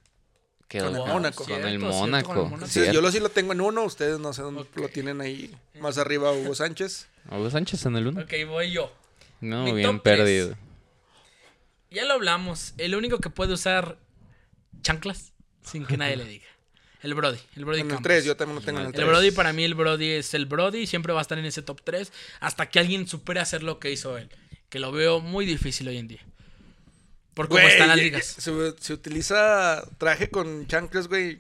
C: Quedó
B: Con el
C: con-
B: Mónaco.
C: Con el
A: Cierto, cierto, con el
C: Mónaco.
A: Mónaco.
B: Sí,
C: cierto.
B: yo lo sí lo tengo en uno, ustedes no sé dónde
A: Ok.
B: lo tienen ahí. Más arriba Hugo Sánchez.
C: Hugo Sánchez en el uno.
A: Ok, voy yo.
C: No,
A: Mi
C: bien
A: top tres.
C: perdido.
A: Ya lo hablamos. El único que puede usar chanclas sin que nadie le diga. El Brody. El Brody
B: En el
A: Campos.
B: 3, yo también lo tengo en el
C: El
A: El
B: 3.
A: Brody, para mí, el Brody es el Brody. Siempre va a estar en ese top 3 hasta que alguien supere hacer lo que hizo él. Que lo veo muy difícil hoy en día. Por cómo
B: Güey,
A: están las
B: eh,
A: ligas.
B: Se, se utiliza traje con chanclas, güey.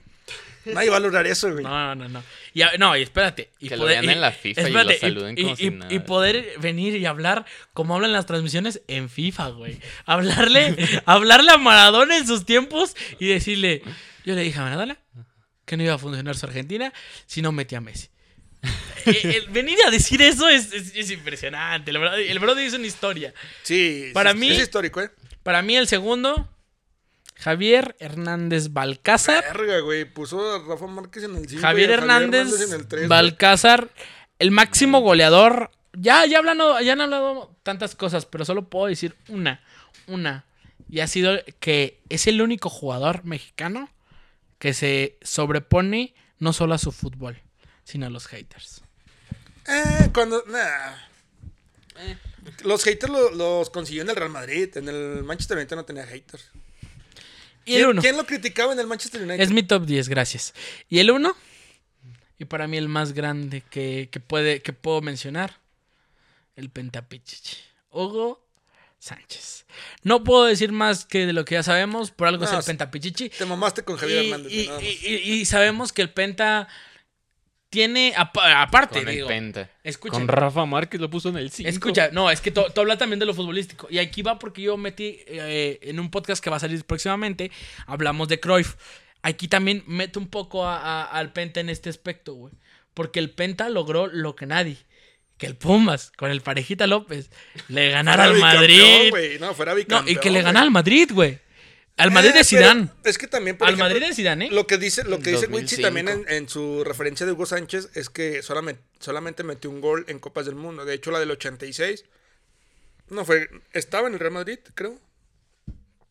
B: Nadie va a lograr eso, güey.
A: No, no, no. Y, a- no, y espérate. Y
C: Que lo vean en la FIFA y lo saluden como si nada.
A: y poder venir y hablar como hablan las transmisiones en FIFA, güey. Hablarle, hablarle a Maradona en sus tiempos y decirle, yo le dije a Maradona que no iba a funcionar su Argentina si no metía a Messi. Eh, eh, venir a decir eso es, es- es impresionante. El Brody, el Brody es una historia.
B: Sí,
A: Para
B: sí,
A: mí-
B: es histórico, ¿eh?
A: Para mí, el segundo, Javier Hernández Balcázar.
B: Verga, güey. Puso a Rafa Márquez en el 5.
A: Javier Hernández,
B: en el 3.
A: Balcázar, el máximo goleador. Ya, ya, hablando, ya han hablado tantas cosas, pero solo puedo decir una, una. Y ha sido que es el único jugador mexicano que se sobrepone no solo a su fútbol, sino a los haters.
B: Eh, cuando. Nah.
A: Eh.
B: Los haters lo- los consiguió en el Real Madrid. En el Manchester United no tenía haters.
A: Y el
B: ¿Quién-
A: uno
B: ¿Quién lo criticaba en el Manchester United?
A: es mi top 10, gracias. Y el uno, y para mí el más grande que, que puede, que puedo mencionar, el Pentapichichi. Hugo Sánchez. No puedo decir más que de lo que ya sabemos, por algo es
B: No,
A: el
B: sí.
A: Pentapichichi.
B: Te mamaste con Javier
A: y,
B: Hernández.
A: y-
B: nada más.
A: y- y- y sabemos que el Penta tiene, apa- aparte,
C: Con el
A: digo,
C: Penta.
A: escuchen.
C: Con Rafa Márquez lo puso en el 5.
A: Escucha, no, es que tú hablas también de lo futbolístico. Y aquí va porque yo metí eh, en un podcast que va a salir próximamente, hablamos de Cruyff. Aquí también meto un poco a- a- al Penta en este aspecto, güey. Porque el Penta logró lo que nadie. Que el Pumas, con el Parejita López, le ganara al
B: Fuera bicampeón,
A: Madrid.
B: güey, No, fuera
A: No,
B: bicampeón.
A: y que le
B: güey.
A: ganara al Madrid, güey. Al Madrid
B: Eh,
A: de Zidane.
B: pero Es que también, por
A: Al
B: ejemplo,
A: Madrid de Zidane, ¿eh?
B: Lo que dice, lo que dice Wichi
C: 2005.
B: también en, en su referencia de Hugo Sánchez es que solamente, solamente metió un gol en Copas del Mundo. De hecho, la del 86 no fue. Estaba en el Real Madrid, creo.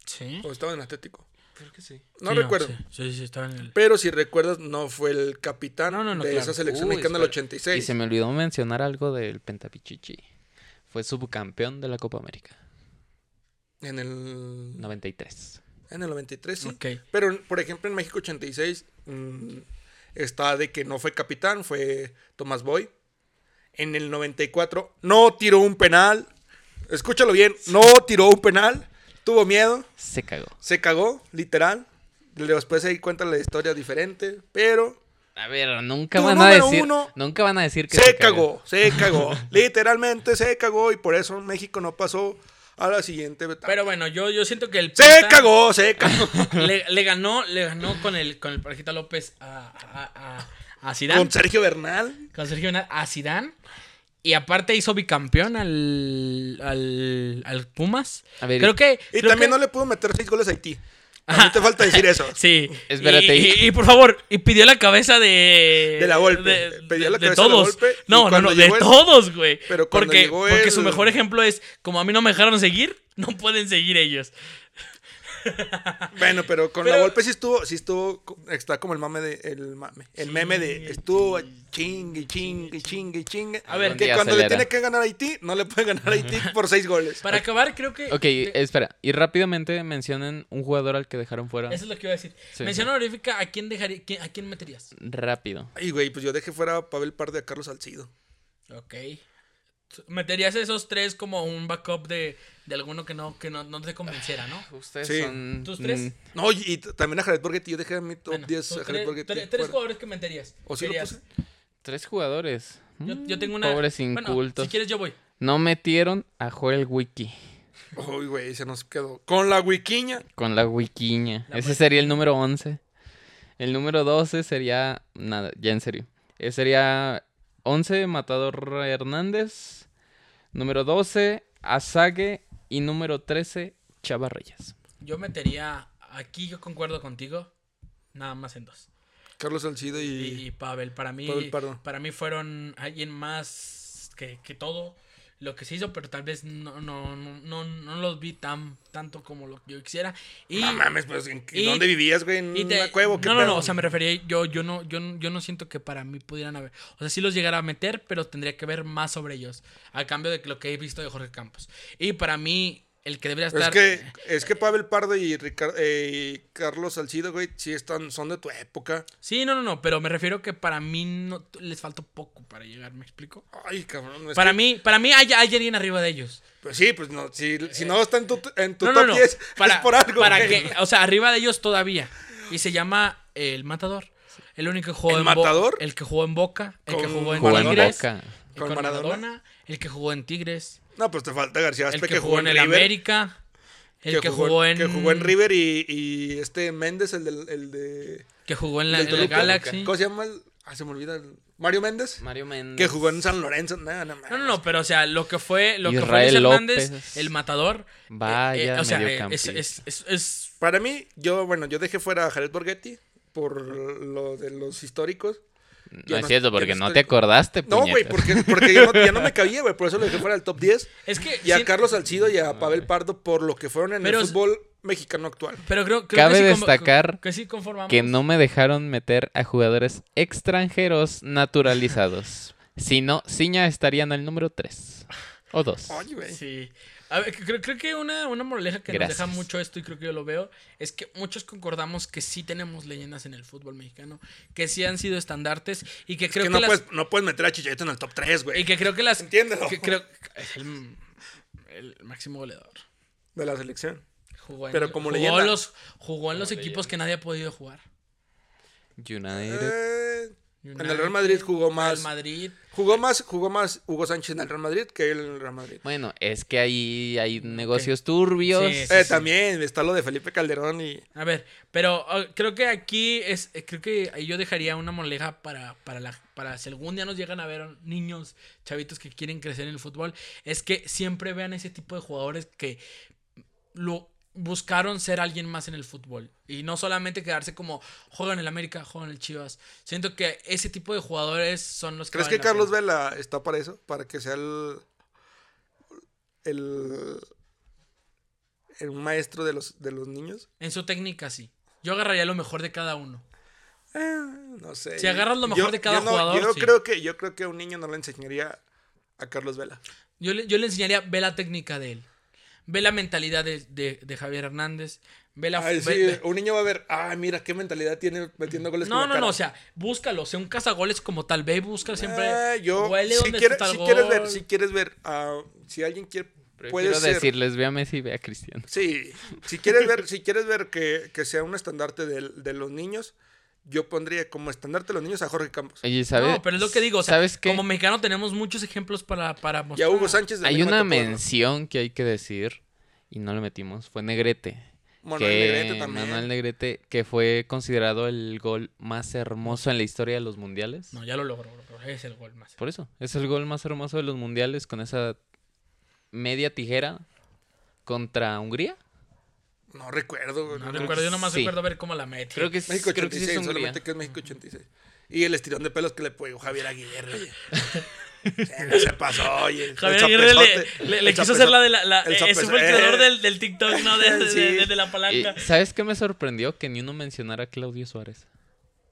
A: Sí.
B: O estaba en Atlético.
C: Creo que sí.
B: No
A: Sí,
B: recuerdo.
A: sí, sí, sí, estaba en el-
B: Pero si recuerdas, no fue el capitán
A: No, no, no,
B: de
A: claro.
B: esa selección
C: Uy,
B: mexicana del
C: espera. Y
B: 86.
C: se me olvidó mencionar algo del Pentapichichi. Fue subcampeón de la Copa América.
B: En el.
C: 93.
B: En el 93, sí.
A: Ok.
B: Pero, por ejemplo, en México 86 mm, está de que no fue capitán, fue Tomás Boy. En el 94 no tiró un penal. Escúchalo bien, no tiró un penal. tuvo miedo,
C: Se cagó.
B: se cagó, literal. Después ahí cuenta la historia diferente, pero
C: A ver, nunca
B: Tu
C: van a
B: número
C: decir.
B: uno
C: Nunca van a decir que
B: se, cagó, se cagó. Literalmente se cagó y por eso México no pasó a la siguiente etapa.
A: Pero bueno, yo, yo siento que el
B: se
A: Puebla
B: cagó, se cagó.
A: Le, le ganó, le ganó con el con el Parejita López a, a, a, a Zidane.
B: Con Sergio Bernal.
A: con Sergio Bernal a Zidane. Y aparte hizo bicampeón al, al, al Pumas.
C: A ver,
A: creo que.
B: Y
A: creo
B: también
A: que-
B: no le pudo meter seis goles a Haití. A mí te falta decir eso.
A: Sí.
C: Espérate.
A: Y, y- y, por favor, y pidió la cabeza de.
B: De la Volpe.
A: de-
B: Pidió
A: de-
B: la
A: de
B: cabeza de la
A: todos.
B: Volpe, y
A: no, no,
B: cuando
A: no, de
B: llegó el-
A: todos, güey.
B: Pero cuando
A: porque,
B: llegó
A: porque
B: el-
A: su mejor ejemplo es: como a mí no me dejaron seguir, no pueden seguir ellos.
B: Bueno, pero con
A: Pero-
B: la golpe sí estuvo, sí estuvo, co- está como el mame de, el mame, el meme de estuvo chingue, chingue, chingue, chingue.
A: A ver,
B: que
C: Ya
B: cuando
C: acelera.
B: le tiene que ganar a Haití, no le puede ganar a Haití por seis goles.
A: Para acabar, creo que.
C: Ok, eh, espera. Y rápidamente mencionen un jugador al que dejaron fuera.
A: Eso es lo que iba a decir.
C: Sí.
A: Mención honorífica, ¿a quién dejaría, qui- a quién meterías?
C: Rápido.
B: Y güey, pues yo dejé fuera a Pavel Pardo y a Carlos Salcido.
A: Ok. Meterías esos tres como un backup de, de alguno que no, que no, no te convenciera, ¿no?
C: Ustedes
B: Sí.
C: son.
A: ¿Tus tres?
B: No, y, y t- también a Jared Borghetti, yo dejé a mi top
A: Bueno,
B: 10
A: tú
B: a Jared
A: tres,
B: Borghetti.
A: tres- tres
B: fuera.
A: jugadores que meterías.
B: ¿O sí lo
A: Serías-
B: puse?
C: Tres jugadores.
A: Yo,
C: Mm,
A: yo tengo una.
C: Pobres incultos.
A: Bueno, si quieres, yo voy.
C: No metieron a Joel Wiki
B: Uy, güey, se nos quedó. Con la wikiña.
C: con la wikiña.
A: La
C: Ese sería el número 11. El número 12 sería. Nada, ya en serio. Ese sería 11, Matador Hernández. Número 12, Azague. Y número 13, Chava Reyes.
A: Yo metería. Aquí yo concuerdo contigo. Nada más en dos.
B: Carlos Salcido
A: Y,
B: y...
A: y Pavel, para mí.
B: Pavel Pardo.
A: Para mí fueron alguien más que, que todo lo que se hizo, pero tal vez no, no, no, no, no los vi tan tanto como lo que yo quisiera. Y.
B: No mames, pues, ¿en qué-
A: y-
B: ¿dónde vivías, güey? ¿En
A: y te-
B: una cueva? o qué
A: no, no,
B: pedo?
A: no, o sea, me refería, yo, yo no, yo, no- yo no siento que para mí pudieran haber, o sea, sí los llegara a meter, pero tendría que ver más sobre ellos, a cambio de lo que he visto de Jorge Campos. Y para mí, el que debería
B: Es
A: estar...
B: que, es que Pavel Pardo y, Ricardo, eh, y Carlos Salcido, güey, sí están, son de tu época.
A: Sí, no, no, no, pero me refiero que para mí no, les faltó poco para llegar, ¿me explico?
B: Ay, cabrón. es
A: para
B: que-
A: mí, para mí hay, hay alguien arriba de ellos.
B: Pues sí, pues no, si, si no está en tu, en tu
A: no,
B: top
A: no, no,
B: 10,
A: para,
B: es por algo.
A: para
B: güey.
A: que, o sea, arriba de ellos todavía. Y se llama eh, El Matador. El único que jugó
B: ¿El
A: en Bo-
B: Matador?
A: El que jugó en Boca, el que
B: Con-
A: jugó en
C: Jugó en
A: Tigres,
C: Boca.
A: el
B: Con
A: con
B: Maradona.
A: Maradona, el que jugó en Tigres.
B: No, pues te falta García
A: el
B: Aspe
A: que, jugó en el
B: River,
A: América, el que, jugó, en
B: Que jugó en River y, y este Méndez, el, del, el de...
A: que jugó en la,
B: del
A: en la
B: Toluca.
A: Galaxy.
B: ¿Cómo se llama? el- ah, se me olvida. el- Mario Méndez.
C: Mario Méndez.
B: Que jugó en San Lorenzo. No, no,
A: No, no, no, pero o sea, lo que fue lo que fue
C: Israel
A: Luis Hernández,
C: López.
A: el matador, eh,
C: Vaya
A: eh, o sea, eh, es,
C: mediocampista.
A: es, es, es-
B: Para mí, yo, bueno, yo dejé fuera a Jared Borghetti por lo de los históricos.
C: No
B: yo
C: es
B: no-
C: cierto,
B: yo no
C: porque no
B: estoy-
C: te acordaste,
B: No, güey, porque,
C: puñetas.
B: porque ya, no, ya no me cabía, güey. Por eso lo dejé fuera del top 10.
A: es que
B: Y a
A: sí,
B: Carlos Salcido y a Pavel Pardo por lo que fueron en
A: Pero
B: el
A: es-
B: fútbol mexicano actual.
A: pero creo, creo que
C: Cabe
A: sí con-
C: destacar
A: que sí conformamos.
C: que no me dejaron meter a jugadores extranjeros naturalizados. si no, Ciña estaría en el número 3 o 2.
B: Oye, güey.
A: Sí. A ver, creo, creo que una, una moraleja que nos
C: Gracias.
A: deja mucho esto, y creo que yo lo veo, es que muchos concordamos que sí tenemos leyendas en el fútbol mexicano, que sí han sido estandartes, y que creo
B: que
A: que,
B: no,
A: las-
B: puedes, no puedes meter a Chicharito en el top 3,
A: y
B: güey.
A: que creo que las
B: Entiéndelo.
A: que creo es el, el máximo goleador.
B: De la selección.
A: Jugó en,
B: Pero como
A: jugó
B: leyenda.
A: en los, jugó en los equipos que nadie ha podido jugar.
B: Eh,
C: United.
B: en el
A: United,
B: Real Madrid jugó
A: Real
B: más.
A: Madrid.
B: Jugó más, jugó más Hugo Sánchez en el Real Madrid que él en el Real Madrid.
C: Bueno, es que ahí hay negocios turbios.
A: Sí, sí.
B: Eh, También está lo de Felipe Calderón y.
A: A ver, pero oh, creo que aquí es, eh, creo que ahí yo dejaría una moleja para, para la, para si algún día nos llegan a ver niños, chavitos que quieren crecer en el fútbol, es que siempre vean ese tipo de jugadores que lo buscaron ser alguien más en el fútbol y no solamente quedarse como juega en el América, juega en el Chivas. Siento que ese tipo de jugadores son los que
B: ¿Crees
A: valen
B: que
A: la
B: Carlos
A: pena.
B: Vela está para eso? Para que sea el. El. El maestro de los, de los niños.
A: en su técnica sí? Yo agarraría lo mejor de cada uno.
B: Eh, no sé.
A: Si agarras lo mejor de cada
B: no-
A: jugador,
B: Yo
A: sí.
B: creo que yo creo que a un niño no le enseñaría a Carlos Vela.
A: Yo le, yo le enseñaría, ve la técnica de él. Ve la mentalidad de, de- de Javier Hernández. Ve la...
B: Ay,
A: ve-
B: sí,
A: ve-
B: un niño va a ver, ah, mira qué mentalidad tiene metiendo goles con
A: no,
B: la
A: no,
B: cara".
A: no, o sea, búscalo, sea un cazagoles como tal, ve y busca siempre.
B: Ah, yo
A: huele
B: si
A: dónde
B: quieres,
A: está el
B: si quieres
A: gol.
B: ver, si quieres ver, ah, si alguien quiere
C: Prefiero
B: ser-
C: decirles, ve a Messi y ve a Cristiano.
B: Sí, si quieres ver, si quieres ver que, que sea un estandarte del- de, los niños, yo pondría como estandarte de los niños a Jorge Campos.
C: Oye, ¿sabes?
A: No, pero es lo que digo. o sea,
C: ¿Sabes qué?
A: Como mexicano tenemos muchos ejemplos para, para
B: Y a
A: mostrar.
B: Hugo Sánchez de la
C: Hay
B: misma
C: una
B: temporada.
C: mención que hay que decir y no le metimos. Fue Negrete.
B: Manuel
C: que-
B: Negrete también.
C: Manuel Negrete, que fue considerado el gol más hermoso en la historia de los mundiales.
A: No, ya lo logró, bro, pero es el gol más.
C: Por eso, es el gol más hermoso de los mundiales con esa media tijera contra Hungría.
B: No recuerdo. güey.
A: No
C: que
A: recuerdo, yo nomás
C: sí.
A: recuerdo ver cómo la metió.
C: Creo que, sí-
B: México
C: creo que sí
B: 86,
C: es Hungría.
B: solamente que es México 86. Y el estirón de pelos que le pegó Javier Aguirre. oye. Se- no se pasó, oye. El
A: Javier Aguirre le,
B: chapezote,
A: le-
B: el
A: le quiso hacer la de la... la-
B: el
A: eh, ese
B: chapezo-
A: fue el creador
B: eh.
A: del, del TikTok, ¿no? De, de-
B: Sí.
A: de- de la palanca.
C: Y, Eh, ¿Sabes qué me sorprendió? Que ni uno mencionara a Claudio Suárez.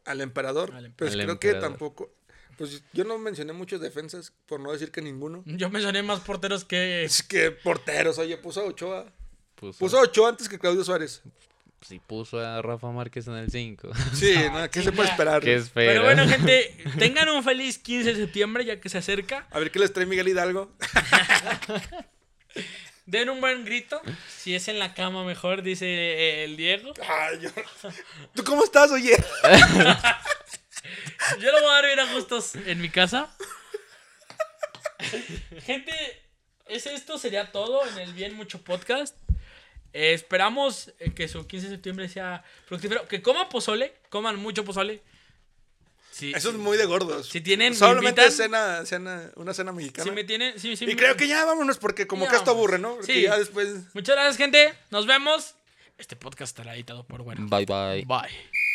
B: Al emperador.
A: Al
B: Pues
C: Al
B: creo que
C: emperador.
B: tampoco. Pues yo no mencioné muchos defensas, por no decir que ninguno.
A: Yo mencioné más porteros que...
B: Es que porteros, oye, puso a Ochoa.
C: Puso,
B: Puso a Ochoa antes que Claudio Suárez.
C: sí, puso a Rafa Márquez en el 5.
B: Sí, nada, ¿qué se puede esperar?
C: qué espera.
A: Pero bueno, gente, tengan un feliz 15 de septiembre ya que se acerca.
B: A ver qué les trae Miguel Hidalgo.
A: Den un buen grito. Si es en la cama mejor, dice eh, el Diego.
B: Ay, yo- ¿Tú cómo estás, oye?
A: Yo lo voy a dar bien a gustos en mi casa. Gente, es esto, sería todo en el Bien Mucho Podcast. Eh, esperamos eh, que su 15 de septiembre sea fructífero. Que coman pozole, coman mucho pozole. Si,
B: Eso es muy de gordos.
A: Si tienen, me
B: Solamente
A: invitan.
B: cena, cena, una cena mexicana.
A: si me tienen. si- si
B: y
A: me-
B: creo que ya vámonos porque como
A: Ya
B: que esto
A: vámonos.
B: aburre, ¿no? Porque
A: Sí.
B: ya después...
A: Muchas gracias, gente. Nos vemos. Este podcast estará editado por bueno.
C: Bye bye.
A: Bye.